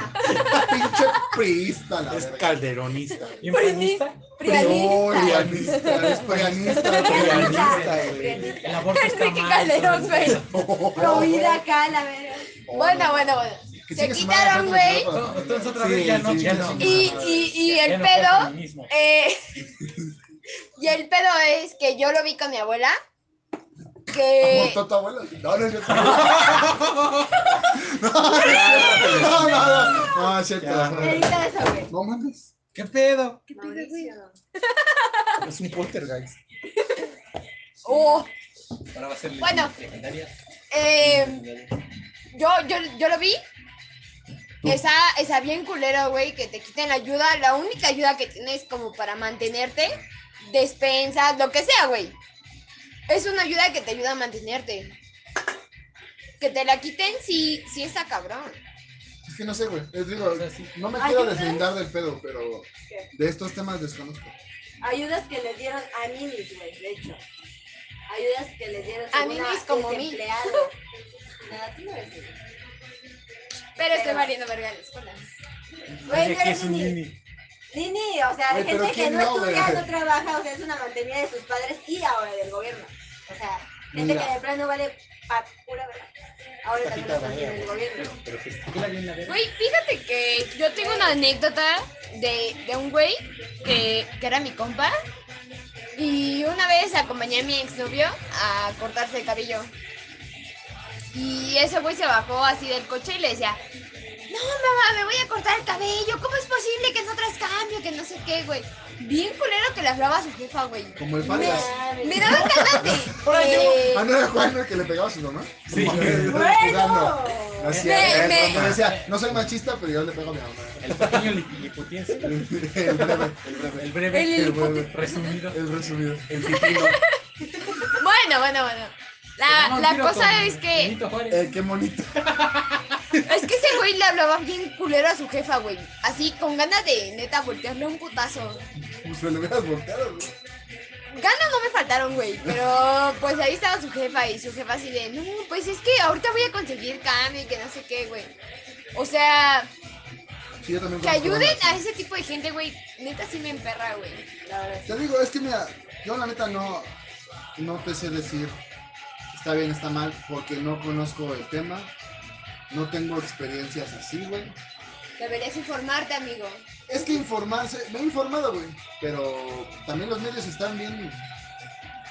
S1: Pinche priista, la
S2: Es
S1: verga.
S2: calderonista.
S7: ¿Y un panista?
S1: No,
S6: Prianista.
S1: prianista, es prianista, prianista, güey.
S7: El aborto está
S4: Enrique
S7: mal.
S4: Calderón,
S7: todo eso.
S4: güey.
S6: Prohibida acá, la verga.
S4: Bueno, bueno, bueno.
S1: Que
S4: Se
S1: chingue su
S4: quitaron,
S1: madre,
S4: güey.
S1: ¿no?
S7: No, Entonces otra
S2: Sí,
S7: vez ya no,
S1: sí,
S7: ya
S1: sí,
S7: no.
S1: sí.
S4: Y, y, y el
S7: Ya no fue
S4: pedo,
S7: feminismo.
S4: eh, y el pedo es que yo lo vi con mi abuela, que
S1: ¿Votó tu abuelo? No, no es cierto. No, no, no. No, es cierto.
S2: Ya.
S6: Edita eso, güey.
S1: No mames.
S2: ¿Qué pedo?
S6: Mauricio.
S2: Es un poltergeist.
S4: oh,
S3: Ahora va a ser la
S4: Bueno.
S3: legendaria.
S4: eh,
S2: em,
S4: yo, yo, yo lo vi. Esa, esa bien culero, güey, que te quiten la ayuda. La única ayuda que tienes como para mantenerte, despensas, lo que sea, güey. Es una ayuda que te ayuda a mantenerte. Que te la quiten si, si está cabrón.
S1: Es que no sé, güey. Es digo,
S7: sea, sí.
S1: no me
S6: Ay,
S1: quiero
S6: ¿qué crees?
S1: deslindar del pedo, pero
S6: ¿Qué?
S1: de estos temas desconozco.
S6: Ayudas que les dieron a minis, güey, de hecho. Ayudas que les dieron
S4: A
S6: según
S4: minis
S6: a
S4: como mí.
S6: desempleado. Nada, tú no eres mini.
S4: Pero estoy
S6: Pero-
S4: valiendo verga en la escuela.
S6: Güey,
S7: Oye,
S6: no
S7: que
S6: eres
S7: es un
S6: mini.
S7: mini.
S6: Nini, o sea,
S1: Güey, pero
S6: gente que
S1: ¿quién
S6: no,
S1: no, güey?
S6: estudia, no trabaja, o sea, es una mantenida de sus padres y ahora del gobierno. O sea, gente
S1: Mira.
S6: que de plano vale pa pura verdad. Ahora también
S1: Patita
S6: lo mantiene
S1: madera,
S6: el gobierno.
S3: Pero gesticula bien la verga.
S4: Güey, fíjate que yo tengo una anécdota de, de un güey que, que era mi compa. Y una vez acompañé a mi exnovio a cortarse el cabello. Y ese güey se bajó así del coche y le decía, no mamá, me voy a cortar el cabello, ¿cómo es posible que no traes cambio? Que no sé qué, güey. Bien culero que le hablaba a su jefa, güey.
S1: Como el Fallas.
S4: Me daba ganas de...
S6: eh,
S4: de-
S1: Ah, no era Juan el que le pegaba a su mamá.
S7: Sí.
S1: No, no,
S6: ¡Bueno!
S1: no es
S4: Me-
S1: cierto,
S4: me-
S1: no, no decía, no soy machista, pero yo le pego a mi mamá.
S7: El pequeño liputiense.
S1: El breve, el breve.
S7: El breve.
S4: El
S7: El
S1: lipote-
S7: breve. Resumido.
S1: El resumido.
S7: El pipino.
S4: Bueno, bueno, bueno. Ah, La, la cosa es que...
S1: Eh, qué bonito.
S4: Es que ese güey le hablaba bien culero a su jefa, güey. Así, con ganas de neta voltearle un putazo.
S1: Pues me lo hubieras volteado, güey.
S4: Ganas no me faltaron, güey. Pero pues ahí estaba su jefa y su jefa así de, no, pues es que ahorita voy a conseguir cambio y que no sé qué, güey. O sea,
S1: Sí, yo también
S4: que
S1: conozco
S4: ayuden
S1: banda
S4: a
S1: así.
S4: ese tipo de gente, güey. Neta sí me emperra, güey.
S6: La verdad.
S1: Te digo, es que mira, yo la neta no, no te sé decir está bien, está mal, porque no conozco el tema. No tengo experiencias así, güey.
S4: Deberías informarte, amigo.
S1: Es que informarse, me he informado, güey. Pero también los medios están bien.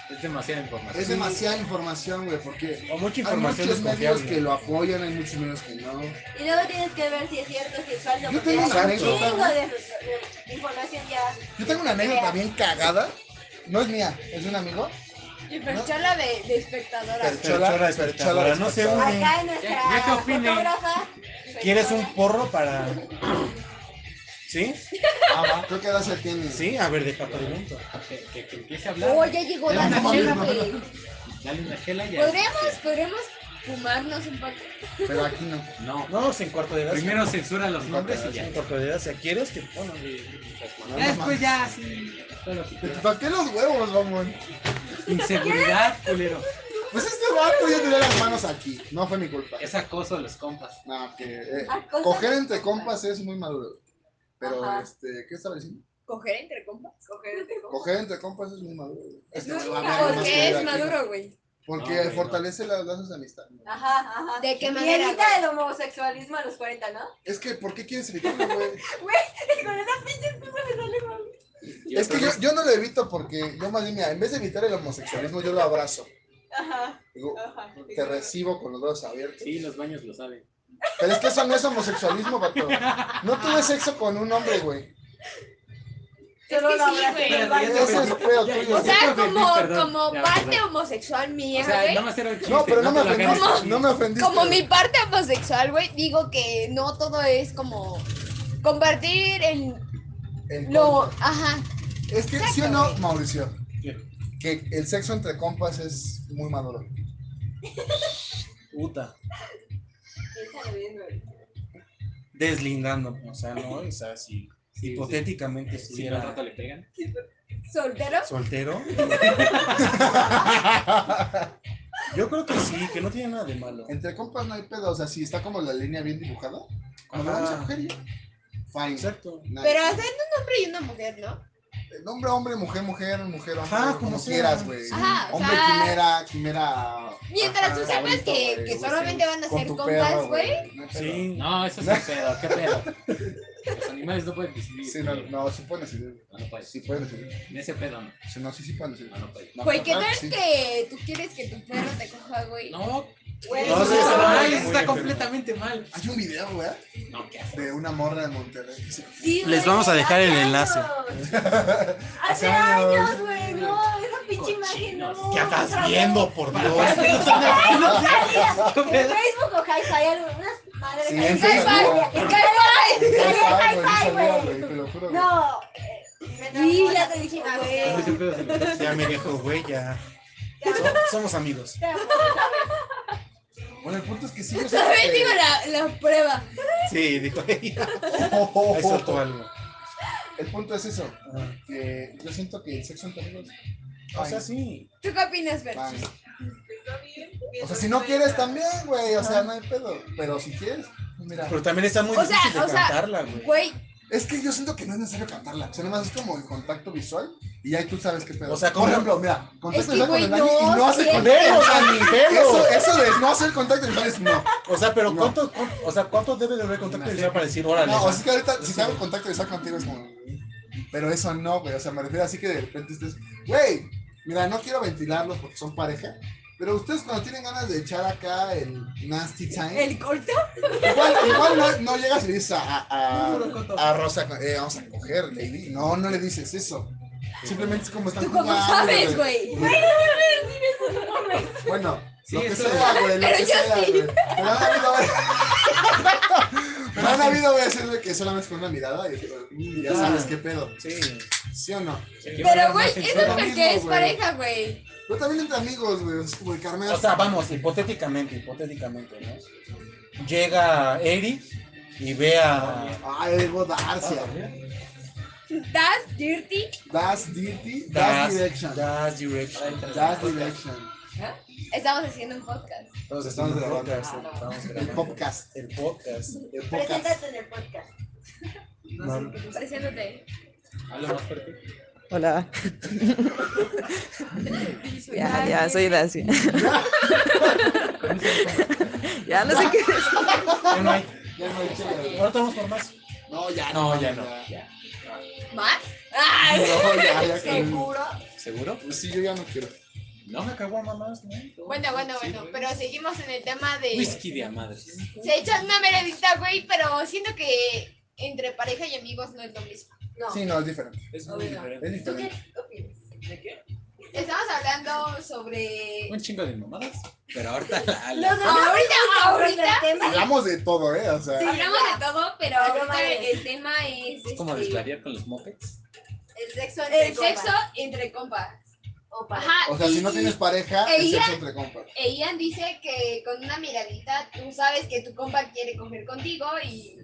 S3: Es demasiada información.
S1: Es demasiada información, güey, porque
S2: O mucha
S1: hay
S2: información
S1: muchos medios
S2: desconfiable.
S1: que lo apoyan, hay muchos medios que no.
S6: Y luego tienes que ver si es cierto, si es falso.
S1: Yo
S6: porque
S1: tengo
S6: hay
S1: una
S6: un
S1: anécdota,
S6: chingo
S1: ¿no?
S6: de, de información ya.
S1: Yo tengo una anécdota bien cagada. No es mía, es de un amigo.
S4: Y perchala de, de espectadora.
S1: Perchola,
S2: Perchola,
S1: perchola,
S2: despertadora, no sé,
S1: despertadora.
S2: güey.
S6: Acá en nuestra
S7: Ya- ya que opinen.
S6: fotógrafa.
S2: ¿Quieres
S6: persona,
S2: un porro para.? ¿Sí? Ah, va.
S1: Creo que edad se tiene.
S2: Sí, a ver, deja pregunto.
S3: Que, que, que empiece a hablar.
S4: Oh, ya llegó la
S3: Dale una
S1: chela,
S4: noche, güey.
S3: Dale una chela y
S4: ¿Podremos, podremos fumarnos un poco?
S1: Pero aquí no.
S3: No.
S2: No, sin cuarto de edad.
S3: Primero censura los
S2: sin cuarto
S3: nombres
S2: de
S3: y
S2: edad,
S3: ya.
S2: sin cuarto de edad. Si quieres, que. Bueno,
S1: No,
S2: Ah,
S3: Ya
S1: no
S3: después ya, sí. Todo lo que
S1: ¿Te
S3: quieras.
S1: toqué los huevos, vamos.
S3: Inseguridad, culero.
S1: Pues este vato ya tenía las manos aquí. No fue mi culpa.
S3: Es acoso a los compas.
S1: No, que eh,
S6: acoso
S1: coger
S6: de
S1: entre
S6: compas.
S1: compas es muy maduro. Pero,
S6: Ajá.
S1: este, ¿qué estaba diciendo?
S4: Coger entre compas.
S6: coger de-
S1: Coger entre compas es muy maduro. güey. Este
S4: No,
S1: güey va a hablar más que
S4: porque
S1: él
S4: es
S1: aquí.
S4: maduro, güey.
S1: Porque
S3: No, güey, no.
S1: fortalece las lazos de amistad.
S4: Ah.
S6: Ajá, ajá.
S4: ¿De qué
S6: Y
S4: manera,
S6: evita el homosexualismo a los 40, ¿no?
S1: Es que, ¿por qué quieres evitarlo, güey?
S6: Con esa pinche cosa me sale mal.
S1: es que yo, yo no lo evito porque, yo más bien, mira, en vez de evitar el homosexualismo, yo lo abrazo.
S6: Ajá,
S1: Digo,
S6: ajá.
S1: te recibo con los dedos abiertos.
S3: Sí, los baños lo saben.
S1: Pero es que eso no es homosexualismo, vato. No tuve sexo con un hombre, güey.
S4: Es
S6: Solo
S4: que
S6: lo
S4: sí,
S6: abrazo
S4: güey.
S6: en el
S3: Espérate,
S6: baño.
S1: Eso es feo
S3: Ya,
S1: tuyo.
S4: O
S3: ya.
S4: sea,
S3: te ofendí,
S4: como,
S3: perdón.
S4: como
S3: Ya,
S4: parte
S3: perdón.
S4: homosexual mía,
S3: O sea,
S4: güey.
S3: nada más era un chiste.
S1: No, pero no me
S3: te lo hagas
S1: ofendiste.
S3: así.
S1: No me ofendiste.
S4: como mi parte homosexual, güey, digo que no todo es como compartir el
S1: En
S4: lo,
S1: contra.
S4: ajá,
S1: Es que, ¿sí o
S4: Exacto,
S1: no,
S4: güey.
S1: Mauricio?
S3: ¿Qué?
S1: Que el sexo entre compas es muy maduro.
S2: Puta.
S6: Piénsale bien, güey.
S2: Deslindando. O sea, no, es así.
S7: Sí,
S2: Hipotéticamente
S7: sí. Si no, al
S2: estuviera
S7: rato le pegan.
S4: ¿Soltero?
S2: soltero. Yo creo que sí, que no tiene nada de malo.
S1: Entre compas no hay pedo, o sea, si está como la línea bien dibujada, como la
S2: Ajá.
S1: vamos a coger y- Fine.
S2: Exacto.
S1: Nice.
S4: Pero hacen un hombre y una mujer, ¿no?
S1: Hombre, hombre, mujer, mujer, mujer, hombre,
S2: Ajá,
S1: como,
S2: como sea.
S1: quieras, güey.
S4: Ajá, o
S1: Hombre,
S4: sea-
S1: quimera, quimera.
S4: Mientras
S1: ajá,
S4: tú sepas
S1: favorito,
S4: que,
S1: güey,
S4: que
S1: o sea,
S4: solamente van a
S1: con
S4: ser
S1: tu
S4: compas,
S1: perro,
S4: güey.
S1: no hay pedo.
S2: Sí.
S7: No, eso es un pedo, qué pedo. Los animales no pueden decidir.
S1: Sí, no, no, sí pueden decidir.
S7: No, no puedes.
S1: Sí pueden decidir.
S7: En ese pedo no.
S1: Sí, no, sí, sí pueden decidir.
S7: No, no puedes.
S1: No,
S4: Güey, ¿qué
S1: claro
S4: tal
S1: sí.
S4: que tú quieres que tu perro te coja, güey?
S7: No,
S6: Güey,
S2: No,
S6: no,
S2: sí, está
S6: no,
S2: mal,
S7: eso
S2: muy
S7: está
S2: enfermo.
S7: completamente mal.
S1: Hay un video, güey,
S7: No, qué asco.
S1: de una morra de Monterrey. que se-
S6: sí,
S2: Les
S6: güey,
S2: vamos a dejar
S6: hace
S2: el enlace.
S6: años.
S1: Hace
S6: Hace
S1: años.
S6: años, güey, no, esa pinche imagen, no.
S2: ¿Qué
S6: otra
S2: estás
S6: vez.
S2: viendo, por Dios?
S6: En Facebook o Hi-Fi, algo- unas madres.
S1: Sí,
S6: ahí.
S1: en Facebook.
S6: En Hi-Fi,
S1: Ay,
S6: en
S1: güey, no
S6: Hi-Fi,
S1: sabía,
S6: güey.
S1: güey, te lo juro, güey.
S6: No, eh, me
S4: Sí,
S6: traumó
S4: ya
S6: la
S4: te dije,
S6: película,
S4: güey.
S6: güey.
S7: Ese pedo se me-
S2: Ya me dejó, güey, ya.
S6: Te amo,
S2: So- Somos amigos.
S6: te amo.
S1: Bueno, el punto es que sí, yo sé
S4: ¿Sabes?
S1: que-
S4: Digo la, la prueba.
S2: Sí, dijo ella.
S1: Oh, oh, oh,
S2: Ahí soltó
S1: oh.
S2: algo.
S1: El punto es eso,
S2: Ah.
S1: que yo siento que el sexo entre amigos.
S2: O sea, sí.
S4: ¿Tú qué opinas, Fer?
S1: fine.
S6: Está bien,
S1: O
S6: mientras
S1: sea, si no
S6: estoy
S1: quieres
S6: acá.
S1: también, güey, o sea, no hay pedo. Pero si quieres, mira.
S2: Pero también está muy
S4: O sea,
S2: difícil de
S4: o sea,
S2: cantarla, güey.
S4: Güey,
S1: Es que yo siento que no es necesario cantarla. O sea, nada más es como el contacto visual y ahí tú sabes qué pedo.
S2: O sea,
S1: por
S2: ¿cómo?
S1: ejemplo, mira, contacto
S4: Es que,
S1: visual con el
S4: güey,
S1: Dani y no
S4: no,
S1: hace
S4: sí.
S1: contacto.
S2: Pero, o sea, ni
S1: Eso,
S2: pedo.
S1: eso de no hacer contacto visual es no.
S2: O sea, pero
S1: No.
S2: ¿cuánto, cu- o sea, ¿cuánto debe de haber contacto visual para decir, órale?
S1: No, o
S2: va?
S1: sea, es que ahorita, si te hago contacto visual contigo es como. Pero eso no, güey. O sea, me refiero así que de repente estés. Güey, mira, no quiero ventilarlos porque son pareja. Pero ustedes cuando tienen ganas de echar acá el nasty time.
S4: ¿el corto?
S1: Igual, igual no, no llegas y le dices a, a, a- a Rosa, eh, vamos a coger, lady. No, no le dices eso. Simplemente es como están
S4: ¿Tú cómo
S1: jugando,
S4: sabes,
S1: güey.
S4: güey?
S1: Bueno,
S7: Sí,
S1: lo que
S7: eso-
S1: sea, güey, lo
S4: Pero
S1: que
S4: yo
S1: sea,
S4: sí.
S1: güey. Pero han habido veces- Pero han habido veces güey, que solamente con una mirada y mm, ya sabes qué pedo.
S2: Sí.
S1: ¿Sí o no?
S4: Pero, güey,
S1: no
S4: eso
S1: es
S4: es
S1: lo
S4: porque
S1: mismo,
S4: es
S1: güey.
S4: pareja, güey.
S1: Pero también entre amigos, güey. Es como el Carmen.
S2: O sea, vamos, hipotéticamente, hipotéticamente, ¿no? Llega Eri y ve a
S1: Ay, Evo Darcia.
S4: Das dirty.
S1: Das Dirty, Das
S2: Das,
S1: Direction.
S2: Das Direction.
S1: Das Direction.
S4: Estamos haciendo un podcast.
S2: Entonces
S1: Estamos
S2: estamos
S1: grabando.
S2: grabando.
S6: Ah, no.
S2: Estamos
S1: El
S2: grabando.
S1: podcast.
S2: El podcast.
S1: El podcast.
S6: Preséntate en el podcast.
S2: No,
S4: Preséntate.
S7: Habla más fuerte.
S8: Hola, ya, ya, soy Dacia. ya no sé qué.
S2: ya no hay.
S1: Ya no hay chela, güey.
S2: Ahora vamos por más.
S1: No, ya
S2: No, ya no.
S1: Ya.
S4: ¿Más? ¡Ay!
S1: No, ya, ya que-
S6: Seguro.
S7: ¿Seguro?
S1: Pues sí, yo ya no quiero.
S2: No me cagó a mamás, ¿no?
S5: Bueno, bueno, bueno, pero seguimos en el tema
S6: eh,
S5: de...
S7: Whisky de a madres.
S5: Se echan una meredita, güey, pero siento que entre pareja y amigos no es lo mismo.
S6: No.
S1: Sí, no, es diferente.
S7: Es muy diferente.
S1: Es
S6: ¿Tú qué
S1: diferente.
S6: opinas?
S5: Estamos hablando sobre...
S7: Un chingo de mamadas. Pero ahorita la.
S6: No,
S7: la-
S6: no,
S5: Ahorita, ahorita,
S1: Hablamos de todo, ¿eh? O sea,
S4: Hablamos de todo, pero
S6: Ay, no
S4: ahorita
S6: mames.
S4: el tema es
S7: Es como
S4: este,
S7: desclaviar con los mopeds.
S6: El sexo entre
S4: el sexo
S6: compas.
S4: entre compas.
S6: Opa.
S5: Ajá,
S1: o sea si no
S5: y-
S1: tienes pareja, es
S5: Ella-
S1: sexo entre compas.
S5: e Ian dice que con una miradita tú sabes que tu compa quiere coger contigo y,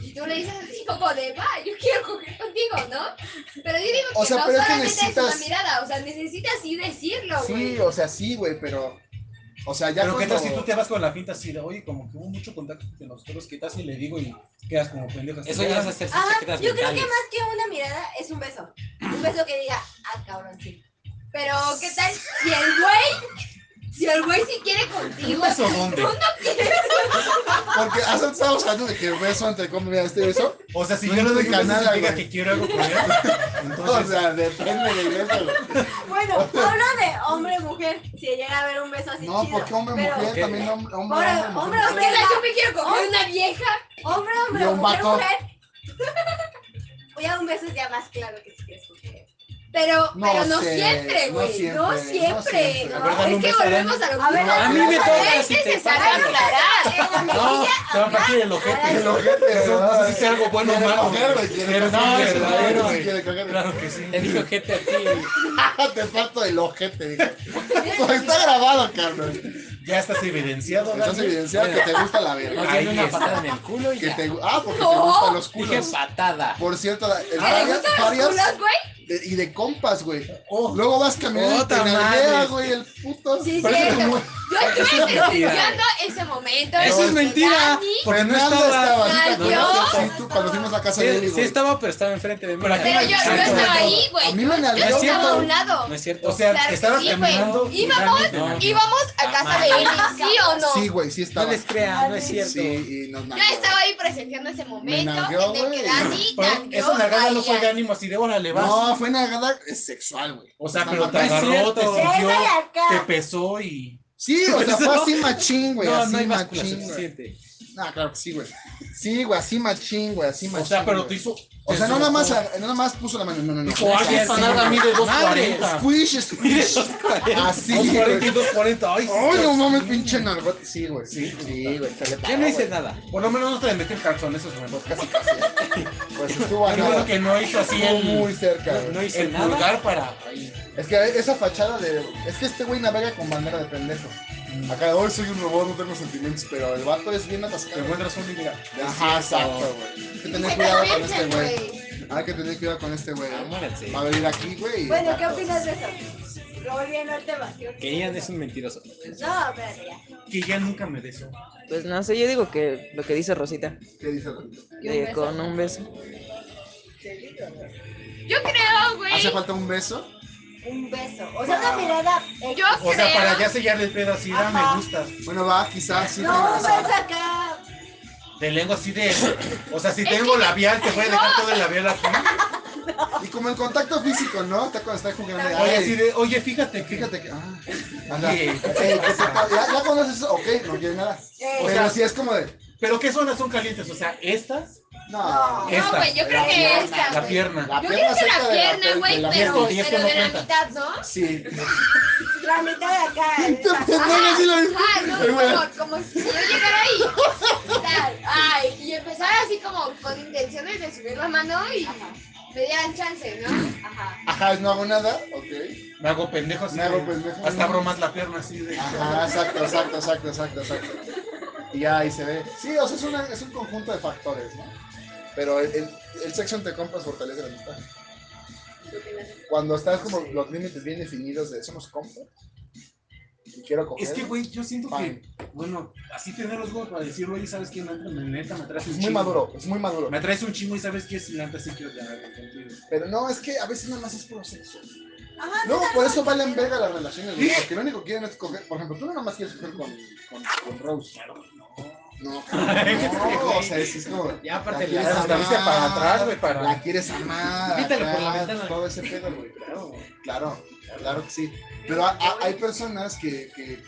S5: y tú le dices así como de, va, yo quiero coger contigo, ¿no? Pero yo digo
S1: O
S5: que
S1: sea,
S5: no
S1: pero es que
S5: solamente es
S1: necesitas-
S5: una mirada, o sea, necesitas sí decirlo, güey.
S1: Sí, o sea, sí, güey, pero. O sea, ya
S2: Pero qué tal si tú
S1: cuando-
S2: te vas con la finta así de, oye, como que hubo mucho contacto entre nosotros, ¿qué tal si le digo y quedas como pendejas?
S7: Eso ya es hacer sus
S6: Ajá,
S7: chaquetas
S6: yo creo que
S7: mentales.
S6: más que una mirada es un beso. Un beso que diga, ah, cabrón, sí.
S5: Pero, ¿qué tal si el güey, si el güey sí quiere contigo?
S2: ¿Eso dónde?
S1: Porque hace rato estábamos hablando de que beso entre compas, mira, este beso.
S2: O sea, si
S1: No
S2: yo le
S1: es de
S2: doy
S1: Canadá,
S2: canal diga
S1: güey.
S2: que quiero algo con él,
S1: O
S2: entonces
S1: sea, depende del beso. güey.
S6: Bueno, hablo de hombre-mujer. Si llega a haber un beso así
S1: No,
S6: chido.
S1: porque hombre,
S6: pero
S1: mujer,
S7: ¿Qué?
S1: también hombre, hombre,
S6: Ahora,
S1: hombre,
S6: hombre,
S1: mujer.
S6: hombre.
S5: Porque yo me quiero coger una vieja.
S6: Hombre,
S1: Y
S6: hombre,
S1: un
S6: mujer,
S1: vato.
S6: mujer. Ya un beso es ya más claro que si quieres coger.
S5: Pero,
S1: No
S5: pero no
S1: sé,
S5: siempre,
S1: no
S5: güey.
S1: siempre,
S5: No
S1: no
S5: siempre.
S1: siempre.
S5: ¿no?
S1: A ver,
S2: dame un
S5: Es que
S2: beso, dame.
S5: volvemos a lo
S6: A ver,
S5: mismo.
S7: A mí me toca
S5: Es
S7: si te
S5: necesario aclarar.
S6: En la
S2: No,
S6: mejilla,
S2: te va a partir el
S6: Ay,
S2: ojete.
S1: El ojete,
S2: Eso
S1: ¿verdad?
S2: no sé si sea algo bueno o
S1: Quiere
S2: malo.
S1: coger,
S2: güey.
S1: güey, quiere
S2: Pero no,
S1: coger,
S2: es
S1: ¿verdad? Sí,
S2: claro, güey.
S1: quiere coger.
S2: Claro que sí.
S7: Te dijo gente a ti.
S1: Te falto el ojete, dijo. Está Pues grabado, Carlos.
S2: Ya estás evidenciado,
S1: Estás
S2: Dani.
S1: evidenciado que te gusta la verga.
S7: Nos
S2: Ahí
S7: dieron una
S2: está.
S7: patada en el culo y
S1: Que
S7: ya.
S1: te gu- ah, porque te
S4: No.
S1: gustan los
S7: Dije
S1: culos.
S7: patada.
S1: Por cierto, la- el
S2: Ah, ¿te
S1: varias,
S4: gustan los
S1: varias
S4: culos, güey?
S1: de- y de compas, güey.
S2: Oh,
S1: Luego vas caminando y te
S2: Puta
S1: nalguea,
S2: madre.
S1: güey, el puto.
S4: Sí,
S1: Parece
S4: cierto.
S1: como-
S4: Yo estuve presenciando
S7: mentira.
S4: ese momento.
S2: Eso es
S4: en el que
S2: mentira.
S4: Dani-
S2: Porque no
S1: Fernando
S2: estaba.
S1: estaba, ¿sí te
S4: Ay,
S1: acuerdas?
S4: Dios.
S1: Sí, tú, cuando fuimos a casa de Eli,
S7: Sí, sí
S1: güey.
S7: estaba, pero estaba enfrente de mí.
S2: Pero aquí
S4: Pero yo, yo
S2: Exacto.
S4: estaba ahí,
S1: A
S4: güey.
S1: mí me
S4: Yo
S1: nalgueó.
S7: es cierto.
S4: estaba a un lado.
S7: No es cierto.
S2: O sea,
S4: Claro que
S2: estabas
S4: sí, güey.
S2: caminando. y
S4: Íbamos-
S2: Dani, no.
S4: Íbamos a casa de Eli, ¿sí o no?
S1: Sí, güey, sí estaba.
S7: No les crean, no es cierto.
S1: Sí, y nos
S4: Yo
S1: nalgueó.
S4: estaba ahí presenciando ese momento
S1: nalgueó,
S4: en el que
S1: güey.
S4: Dani
S2: Pero
S4: nalgueó
S2: Esa nalgada no
S4: a
S2: fue de
S4: ella.
S2: ánimo, así de órale, vas.
S1: No, fue nalgada es sexual, güey.
S2: O sea,
S1: No,
S2: pero
S1: no,
S2: te
S1: no
S7: es
S2: agarró, te
S7: cierto.
S2: sintió,
S6: Déjala acá.
S2: te pesó y.
S1: Sí, o sea, fue
S7: No.
S1: así machín, güey.
S7: no,
S1: así
S7: no hay báscula
S1: machín, güey.
S7: suficiente.
S1: Ah, claro que sí, güey. Sí, güey, así machín, güey, así machín.
S2: O sea, pero
S1: güey.
S2: te hizo.
S1: O sea,
S2: te
S1: no nada más,
S2: hizo-
S1: no nada más puso la mano, no, no, no.
S2: Dijo, ay, esa nada mide 240.
S1: Squish,
S7: Mire,
S1: squish.
S7: esos cuarenta.
S1: Así, güey.
S2: 240 y 240. Ay,
S1: Ay, no
S2: sí.
S1: mames, pinche nalgote. Sí, güey. Sí, güey. se le
S7: Yo
S1: paró,
S7: no hice
S1: güey.
S7: nada.
S2: Por lo menos no te metió el calzón, eso es bueno.
S1: Casi, casi. Pues estuvo a
S2: Yo creo
S1: nada.
S2: que no hizo así
S1: Estuvo
S2: el,
S1: muy cerca,
S7: No,
S1: güey.
S7: no hice
S2: el
S7: nada.
S2: pulgar para.
S1: Es que esa fachada de. Es que este güey navega con bandera de pendejo.
S2: Mm.
S1: Acá hoy soy un robot, no tengo sentimientos, pero el vato es bien
S2: Te
S1: atascado.
S2: encuentras un y mira.
S1: Ajá, exacto, güey. Hay que tener cuidado con este güey. Hay que tener cuidado con este
S2: Ah,
S1: güey. ¿eh?
S7: Ámórense.
S1: Va a venir aquí, güey. y-
S6: Bueno, ¿qué opinas de eso? Volviendo al tema. ¿qué opinas?
S7: Que Ian es un mentiroso.
S6: No, espérate ya.
S2: Que ya nunca me besó.
S8: Pues no sé, yo digo que lo que dice Rosita,
S1: ¿Qué dice?
S8: de con un beso.
S4: Yo creo, güey.
S1: ¿Hace falta un beso?
S6: Un beso. O sea, una mirada. eh,
S4: Yo
S2: O sea,
S4: creo.
S2: para ya sellar el pedo así, da,
S6: Ajá.
S2: me gusta.
S1: Bueno, va, quizás sí.
S6: No, un
S1: pero-
S6: beso acá.
S2: De lengua así de. O sea, si
S4: Es
S2: tengo
S4: que-
S2: labial, te voy a dejar todo el labial aquí.
S1: Y como el contacto físico, ¿no? Está cuando está jugando.
S2: Oye,
S1: ay,
S2: así de, oye, fíjate que.
S1: Fíjate que. Ah, anda.
S2: Oye,
S1: Ey, que se ca- ya, ya conoces eso. Ok, no quieres nada.
S6: Eh,
S1: Pero
S2: sea-
S1: sí es como de.
S2: Pero qué zonas son calientes, o sea, estas,
S1: No.
S6: No.
S4: No,
S2: esta,
S4: güey, yo creo que
S1: La
S4: esta,
S2: la
S4: güey.
S2: pierna.
S1: La
S4: Yo creo que
S1: cerca
S4: la
S1: de
S4: pierna,
S1: pe- de
S4: güey,
S1: la-
S4: pero,
S2: Y esto
S4: pero
S2: no
S4: de la
S2: cuenta.
S4: mitad, ¿no?
S1: Sí.
S6: La mitad de acá.
S1: Te pendejo, sí lo vi.
S4: Ay, no,
S1: Ay, güey.
S4: como, como si yo llegara ahí. tal, Ay, y empezara así como con intenciones de subir la mano y me dieran chance, ¿no?
S6: Ajá.
S1: Ajá, no hago nada. Ok.
S2: Me hago pendejo así.
S1: Me hago
S2: de-
S1: pendejo.
S2: Hasta abro más la pierna así de.
S1: Ajá, exacto, exacto, exacto, exacto, exacto. Y ya ahí se ve. Sí, o sea, es, una- es un conjunto de factores, ¿no? Pero el, el, el sexo entre compas fortalece la amistad. Cuando estás como los límites bien definidos de somos compas. Y quiero coger.
S2: Es que, güey, yo siento que,
S1: Fine.
S2: bueno, así tener los huevos para decir, oye, ¿sabes qué? Neta, me neta, me traes un
S1: Es
S2: chingo.
S1: muy maduro, es muy maduro.
S2: Me traes un chingo y ¿sabes qué? Si neta sí quiero tener algo contigo.
S1: Pero no, es que a veces nada más es por sexo.
S6: Ajá.
S1: No, por eso valen verga las relaciones, güey. Porque lo único que quieren es coger. Por ejemplo, tú nada más quieres coger con, con, con Rose. No, no, o sea, es, es como.
S7: Ya aparte
S1: La
S7: le
S1: quieres
S7: das la vista
S1: amar,
S7: para atrás, güey, para.
S1: La quieres amar.
S7: Invítale por la
S1: acá,
S7: ventana.
S1: Todo ese pedo, güey.
S7: Claro.
S1: Claro, claro que sí. Pero a- a- hay personas que. que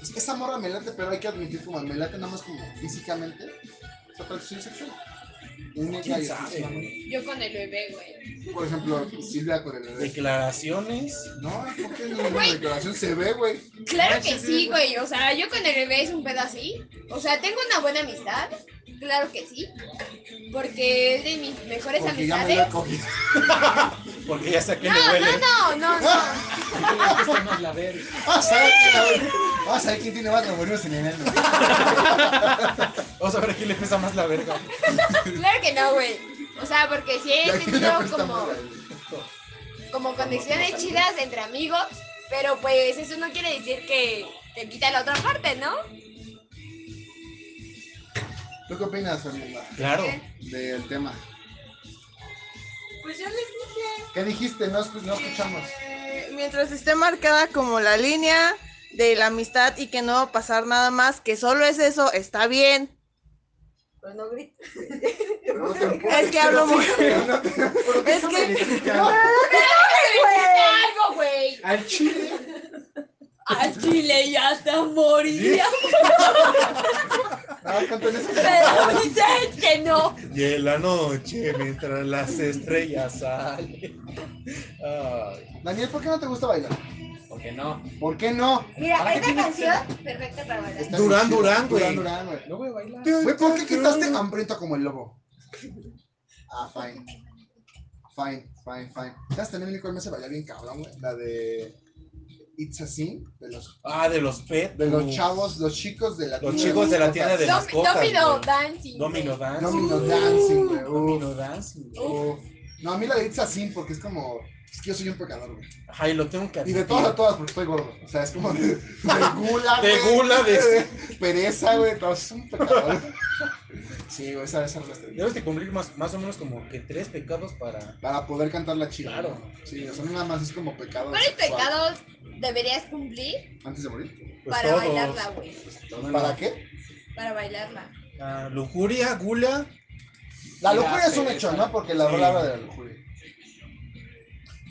S1: pues, esa morra me late, pero hay que admitir como me late nada más como físicamente. Es atracción sexual. Única y
S2: ¿Quién sabe,
S1: exclusivamente.
S2: güey?
S4: Yo con el bebé, güey.
S1: Por ejemplo, Silvia con el bebé.
S2: Declaraciones.
S1: No, porque en la declaración se ve, güey.
S4: Claro que sí, güey. O sea, yo con el bebé es un pedo así. O sea, tengo una buena amistad. Claro que sí. Porque es de mis mejores
S1: Porque ya me
S4: amistades.
S1: lo he cogido.
S2: Porque ya sé que le
S4: no,
S2: huele.
S4: no, no, no, no.
S7: Esto no es la verga.
S1: Vas a ver quién- vas a ver quién tiene más demonios en el alma.
S2: Vamos a ver a quién le pesa más la verga.
S4: Claro que no, güey. O sea, porque sí he
S1: Ya que
S4: tenido
S1: no cuesta
S4: como,
S1: madre.
S4: como conexiones chidas entre amigos, pero pues eso no quiere decir que te quita la otra parte, ¿no?
S1: ¿Tú qué opinas, Fernanda,
S2: Claro.
S1: del tema?
S6: Pues yo les dije.
S1: ¿Qué dijiste? No, escu- no escuchamos.
S9: Eh, mientras esté marcada como la línea de la amistad y que no va a pasar nada más, que solo es eso, está bien.
S6: Pues no grito.
S1: No te empujes,
S9: Es que hablo muy...
S1: no te empujes.
S9: Es que...
S4: algo, güey!
S2: Al chile.
S4: Al chile ya está moría,
S1: No, cántale eso.
S4: pero dices que no.
S2: Y en la noche, mientras las estrellas salen. Ay.
S1: Daniel, ¿por qué no te gusta bailar?
S7: ¿Por qué no?
S1: ¿Por qué no?
S6: Mira, esta canción perfecta para bailar.
S1: Está
S2: Durán,
S1: muy chido.
S2: Durán, güey.
S1: Durán, Durán, güey.
S7: No voy a bailar.
S1: Güey, ¿por qué quitaste hambriento como el lobo? Ah, fine. Fine, fine, fine. Ya hasta también Nicole me hace bailar bien cabrón, güey. La de. It's Así, de los,
S2: Ah, de los pet.
S1: de
S2: uh,
S1: los chavos, los chicos de la
S2: Los
S1: tienda
S2: chicos de la
S1: mascotas.
S2: tienda de
S4: Dom-
S2: mascotas,
S4: Domino
S2: güey.
S4: Dancing.
S2: Domino Dance.
S1: Domino Dancing, güey.
S2: Domino Dance. güey.
S1: Uf. No, a mí la de It's Así porque es como. Es que yo soy un pecador, güey.
S2: Ay, lo tengo que
S1: Y de
S2: admitir.
S1: todas a todas, porque estoy gordo. O sea, es como de, de gula,
S2: De
S1: güey,
S2: gula, de-
S1: pereza, güey. Todo es un pecador. Sí, güey, esa esa es la estrella.
S2: Debes de cumplir más, más o menos como que tres pecados para...
S1: Para poder cantar la chida.
S2: Claro.
S1: ¿no? Sí, o sea, no nada más es como pecado.
S4: ¿Cuáles
S1: sexual.
S4: pecados deberías cumplir
S1: Antes de morir.
S2: pues,
S4: para
S2: todos.
S4: bailarla, güey?
S2: Bueno,
S1: ¿Para qué?
S4: Para bailarla.
S2: ah, lujuria, gula.
S1: La
S7: Y la
S1: lujuria es un
S7: pereza.
S1: hecho, ¿no? Porque la
S2: Sí.
S1: rola habla de la lujuria.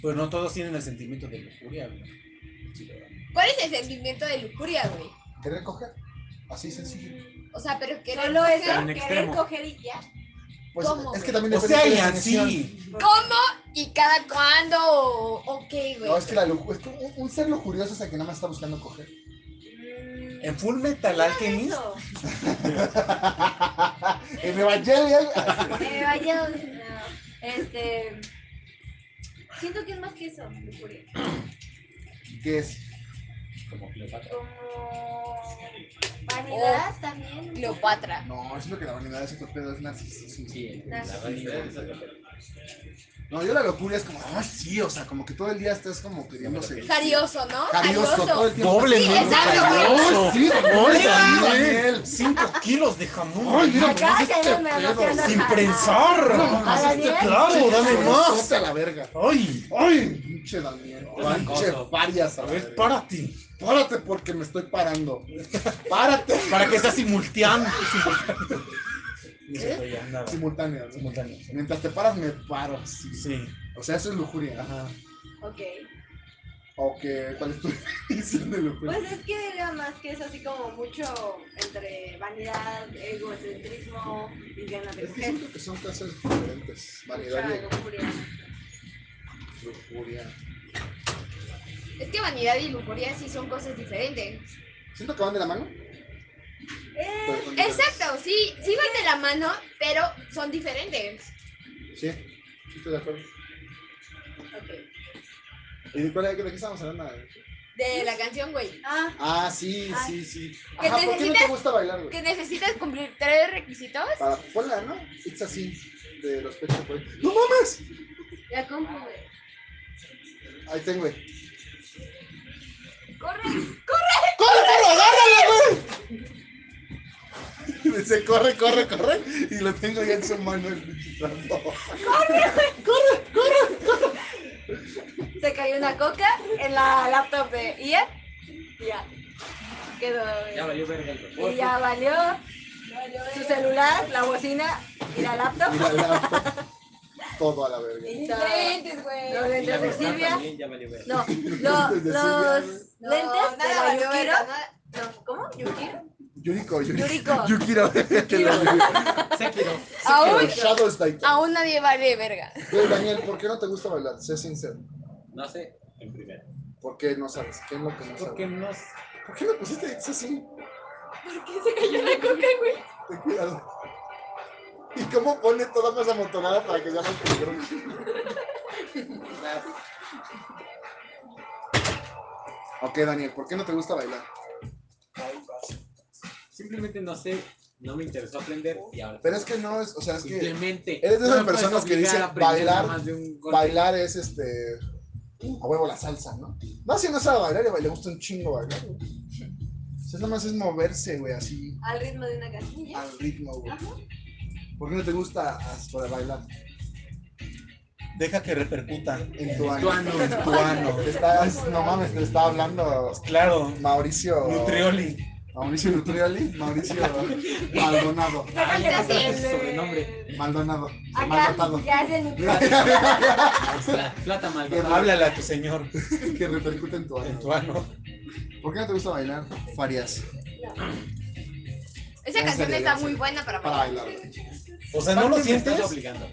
S2: Pues no todos tienen el sentimiento de lujuria, güey.
S4: ¿Cuál es el sentimiento de lujuria, güey?
S1: ¿Querer coger? Así sencillo.
S4: O sea, pero que
S6: Solo es
S7: En
S6: querer
S7: extremo.
S6: coger y ya.
S1: Pues
S4: ¿Cómo,
S1: es que
S4: güey?
S1: también
S2: O
S1: depende
S2: sea,
S1: de
S2: y
S1: la definición.
S2: así.
S4: ¿Cómo y cada cuándo? o- Ok, güey.
S1: No, es que la lujuria. Es que un, un ser lujurioso es el que nada más está buscando coger.
S2: En Full Metal Alchemist.
S6: Eso.
S1: en Evangelion.
S6: Me vaya donde- Eh, no. Este. Siento que es más que eso, lujuria.
S1: ¿Qué es?
S7: Como Cleopatra.
S6: Como. Vanidad
S9: Oh.
S6: también.
S4: Cleopatra.
S1: No, es lo que la vanidad es otro pedo, es narcisismo.
S7: Sí, la
S6: Narcisista.
S7: vanidad es otra cosa.
S1: No, yo la locura es como, ah, sí, o sea, como que todo el día estás como queriéndose.
S4: Jarioso, ¿no?
S1: Jarioso, todo el tiempo.
S2: Doblemente
S4: Sí, exacto,
S1: ¡Ay, sí, Daniel, Daniel!
S2: 5 kilos de jamón.
S1: ¡Ay, mira
S6: Acá
S1: cómo es
S6: ya
S1: este
S6: no me
S1: pedo!
S6: emociona.
S1: Sí,
S2: Sin pensar.
S1: no, nomás
S6: ¿A
S1: este
S6: Daniel?
S2: clavo, dame más.
S1: a la verga!
S2: Ay,
S1: ¡Ay, pinche Daniel!
S2: Es
S1: ¡Pinche
S2: acoso.
S1: varias,
S2: a
S1: a
S2: ver,
S1: ver!
S2: párate.
S1: ¡Párate porque me estoy parando! ¡Párate!
S2: Para que sea simultáneo. No se puede ya, nada.
S1: Simultáneo, ¿no?
S2: Simultáneo.
S1: Mientras te paras, me paro, sí.
S2: Sí.
S1: O sea, eso es lujuria.
S2: Ajá.
S6: Ok.
S1: O que, ¿cuál es tu definición de lujuria?
S6: Pues es que era más que eso, así como mucho entre vanidad, egocentrismo y ganas de
S1: Es que
S6: coger.
S1: siento que son cosas diferentes. Vanidad
S6: Mucha lujuria.
S1: y lujuria.
S5: Es que vanidad y lujuria sí son cosas diferentes.
S1: Siento que van de la mano.
S6: Eh,
S1: pero son diferentes.
S4: Exacto, sí, sí van de la mano, pero son diferentes.
S1: Sí, estoy de acuerdo.
S6: ok.
S1: ¿Y de, cuál, de qué estamos hablando?
S4: De Eh, la canción, güey.
S6: Ah,
S1: Ah, sí, sí,
S6: Ay.
S1: sí.
S4: ¿Que
S1: Ajá, ¿por qué no te
S4: necesitas-
S1: gusta bailar, güey?
S4: Que necesitas cumplir tres requisitos.
S1: Para ponla, ¿no? It's así, de los pechos, güey. ¡No mames!
S6: ya compro.
S1: Ahí tengo, güey.
S6: Corre.
S1: ¡Corre, corre, agárralo, güey! Dice, corre, corre, corre. Y lo tengo ya en su mano el pinche trapo.
S6: Se cayó una coca en la laptop de Ian. y Ya. Quedó. eh.
S7: Ya valió verga el
S6: Y
S7: reporte.
S6: ya valió. Su celular, la bocina y la laptop.
S1: Mira, la- Todo a la verga.
S6: Y todo.
S7: Y
S4: güey.
S6: Los
S7: la
S6: lentes de
S7: verdad
S6: Silvia.
S7: también ya valió verga.
S6: No, lo-
S1: Lentes de Silvia,
S6: los
S1: güey.
S6: lentes
S5: No,
S6: de
S5: nada
S6: la
S5: valió
S6: Yukiro.
S5: verga, nada-
S6: No, ¿Cómo? ¿Yukiro?
S1: Yuriko, Yuriko.
S6: Yuriko.
S1: Yukiro, te lo digo.
S7: Sekiro.
S4: Aún,
S1: Shadows Die Twice.
S4: aún nadie vale verga.
S1: Güey, Daniel, ¿por qué no te gusta bailar? Sé sincero.
S7: No sé, en primera.
S1: ¿Por qué no sabes? ¿Qué es lo que no sabes?
S7: Porque no sé.
S1: ¿Por qué me pusiste eso así? ¿Por qué se cayó la coca, güey? Ten cuidado. ¿Y cómo pone toda más amontonada para que sea más peligroso? ok, Daniel, ¿por qué no te gusta bailar?
S7: Simplemente no sé. No me interesó aprender y ahora.
S1: Pero es que no es, o sea, es que
S7: Simplemente.
S1: eres de esas
S7: No me puedes
S1: personas que
S7: obligar a
S1: dicen
S7: aprender
S1: bailar,
S7: nada más de un golpe.
S1: bailar es este. A huevo la salsa, ¿no? No, si no sabe bailar, le- le gusta un chingo bailar. güey. O sea, nada más es moverse, güey, así
S6: Al ritmo de una canción.
S1: al ritmo, güey. ¿Por qué no te gusta as- para bailar?
S2: Deja que repercuta.
S1: En tu
S2: Tu
S1: ano.
S2: ano, en tu ano.
S1: Te estás, no mames, te está hablando
S2: Claro.
S1: Mauricio.
S2: Nutrioli.
S1: Mauricio Nutrioli. Mauricio Maldonado.
S7: Ah, ya
S6: Acá
S7: sé
S6: el-
S7: su sobrenombre.
S1: Maldonado.
S6: Acá
S1: Maldotado.
S6: ya es el
S7: Pla- Plata mal.
S1: Que
S2: Háblale a tu señor
S1: que repercute en tu
S2: en
S1: ano.
S2: tu ano.
S1: ¿Por qué no te gusta bailar? Farias.
S4: Esa
S1: No,
S4: canción
S1: sería
S4: está
S1: gracioso.
S4: muy buena para
S1: Para
S4: bailar.
S1: bailar.
S2: O sea, ¿no lo
S7: Aparte me
S2: sientes?
S7: estás obligando.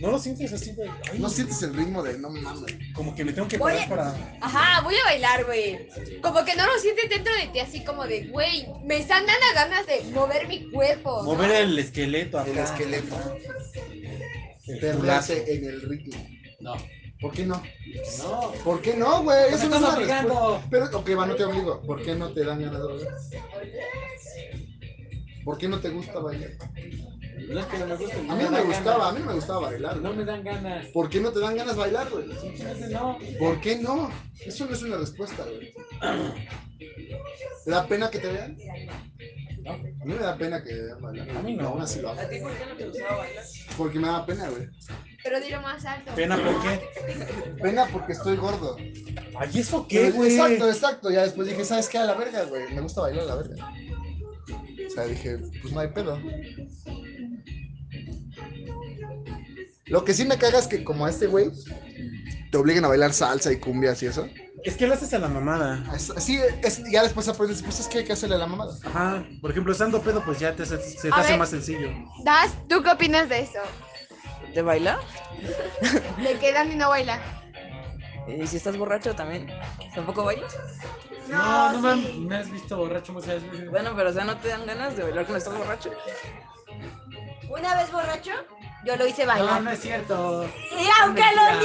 S2: ¿No lo sientes así de... ay,
S1: No sientes el ritmo de no mames.
S2: Como que me tengo que parar
S4: Oye.
S2: para...
S4: Ajá, voy a bailar, güey. Como que no lo sientes dentro de ti, así como de, güey, me están dando ganas de mover mi cuerpo. ¿no?
S2: Mover el esqueleto acá.
S1: El esqueleto.
S2: El culazo.
S1: Perderse en el ritmo.
S7: No,
S1: ¿Por qué no?
S3: No.
S1: ¿Por qué no, güey?
S3: Me
S1: Eso no es
S3: estás
S1: una
S3: obligando.
S1: respuesta. Pero, ok, va, no te obligo. ¿Por qué no te dan ganas de bailar? ¿Por qué no te gusta bailar?
S3: No es que no me guste.
S1: A mí no me gustaba, a mí no me gustaba bailar.
S3: No
S1: güey.
S3: me dan ganas.
S1: ¿Por qué no te dan ganas de bailar, güey?
S3: Simplemente no.
S1: ¿Por qué no? Eso no es una respuesta, güey. ¿Te da pena que te vean?
S2: No.
S1: A mí me da pena que me vean bailar.
S2: A mí no.
S1: Aún así lo hago.
S10: ¿A ti por qué no te gustaba bailar?
S1: Porque me da pena, güey.
S5: Pero dilo más alto.
S2: ¿Pena por qué?
S1: Pena porque estoy gordo.
S2: Ay, ¿eso
S1: Pero-
S2: qué, güey?
S1: Exacto, exacto. Ya después dije, ¿sabes qué? A la verga, güey. Me gusta bailar a la verga. O sea, dije, pues no hay pedo. Lo que sí me caga es que como a este güey te obliguen a bailar salsa y cumbias y eso.
S2: Es que le haces a la mamada.
S1: Es- Sí, es- ya después aprendes, pues es que hay que hacerle a la mamada.
S2: Ajá. Por ejemplo, estando pedo, pues ya te, se, se te
S5: A
S2: hace
S5: ver.
S2: más sencillo.
S5: Das, ¿tú qué opinas de eso?
S8: ¿De bailar?
S5: De que Dani no baila.
S8: Y si estás borracho también, ¿tampoco bailas?
S7: No, no me, me has visto borracho muchas veces.
S8: Bueno, pero o sea, ¿no te dan ganas de bailar cuando estás borracho?
S6: Una vez borracho, yo lo hice
S7: No,
S6: bailar.
S7: no es cierto.
S6: Y aunque lo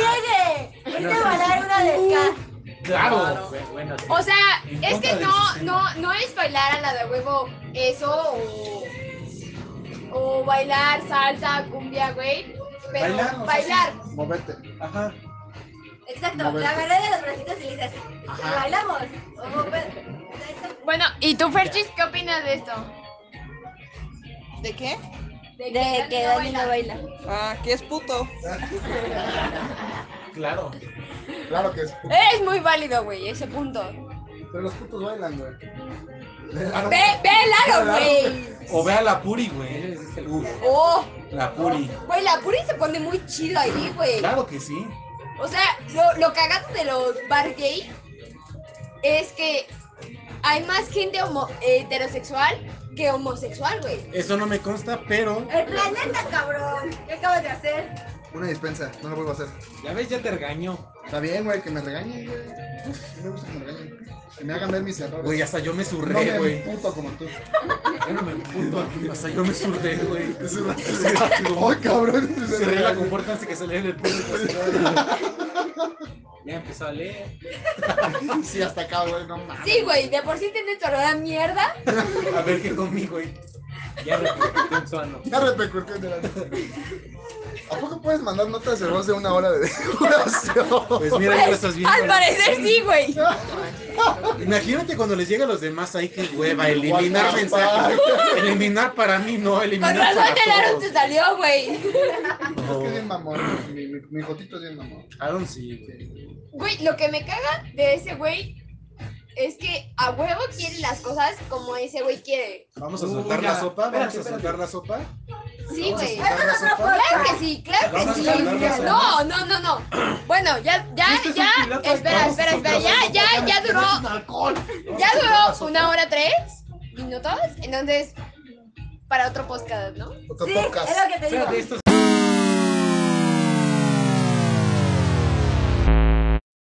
S6: niegue, hice bailar una
S7: Uh.
S6: descarga.
S7: Claro. bu- Bueno, sí.
S4: O sea,
S7: En
S4: es
S7: contra
S4: que
S7: del
S4: no,
S7: sistema.
S4: no, no es bailar a la de huevo eso o, o bailar salsa, cumbia, güey. Pero
S2: Bailar, o sea,
S4: bailar,
S1: Moverte.
S2: Ajá.
S6: Exacto,
S1: Moverte.
S6: la agarré de los bracitos y le hice así.
S1: Ajá.
S6: Bailamos. pues. Como puede-
S4: Bueno, ¿y tú, Ferchis, qué opinas de esto?
S9: ¿De qué?
S4: De
S6: De que Dani no baila.
S9: Ah, que es puto.
S2: Claro.
S1: Claro que es.
S4: Es muy válido, güey, ese punto.
S1: Pero los putos bailan, güey.
S4: Ve, ve el aro, güey.
S2: O ve a la puri, güey.
S7: Eres el-
S2: Uf,
S4: Oh,
S2: la puri.
S4: güey, la puri se pone muy chido ahí, güey.
S2: Claro que sí.
S4: O sea, lo, lo cagado de los bar gay es que hay más gente homo- heterosexual que homosexual, güey.
S2: Eso no me consta, pero.
S6: El planeta, cabrón. ¿Qué acabas de hacer?
S1: Una dispensa, no lo vuelvo a hacer.
S7: Ya ves, ya te regañó.
S1: Está bien, güey, que me regañen, güey. No me gusta que me regañen. Que me hagan ver mis errores.
S2: Güey, hasta yo me
S1: no
S2: surré,
S1: me
S2: güey.
S1: puto como tú.
S2: Yo no me puto. Hasta yo me surré, güey.
S1: ¡Ay, cabrón!
S2: Cerré la compuerta antes que se lee el público.
S7: Ya empezó a leer.
S1: Sí, hasta acá, güey, no mames.
S4: Sí, güey, de por sí tienen tu olor a mierda.
S2: A ver qué comí, güey.
S7: Ya recortó un suano.
S1: Ya repercutió en delante. ¿A poco puedes mandar notas de voz de una hora de duración?
S2: Pues mira, ya lo estás viendo.
S4: Al parecer sí, güey.
S2: Imagínate cuando les llega a los demás ahí que hueva, eliminar
S1: What the
S2: mensajes. Eliminar para mí, no,
S4: Con
S2: eliminar
S4: razón el
S2: para
S4: aro
S2: todos.
S4: te salió, güey.
S1: Es que es bien mamón. Mi, mi, mi jotito es bien mamón.
S2: Aaron sí, güey.
S4: Güey, lo que me caga de ese güey es que a huevo quiere las cosas como ese güey quiere.
S2: Vamos a
S7: Uy,
S2: soltar
S7: ya.
S2: la sopa, vamos
S7: Espérate,
S2: a soltar la sopa.
S4: Sí, güey.
S2: Soltar la sopa.
S4: Claro que sí, claro que
S2: Vamos a
S4: sí.
S2: hablar más o
S4: No, no, no, no. Bueno, ya, ya,
S7: Este es un
S4: ya.
S7: piloto,
S4: Espera,
S7: vamos a
S4: espera, espera.
S7: soltar
S4: Ya,
S7: la
S4: ya, ya duró. Ya duró una hora tres minutos. Entonces, para otro podcast, ¿no?
S1: Otro
S6: Sí,
S1: podcast.
S6: es lo que te digo.
S7: Espérate, esto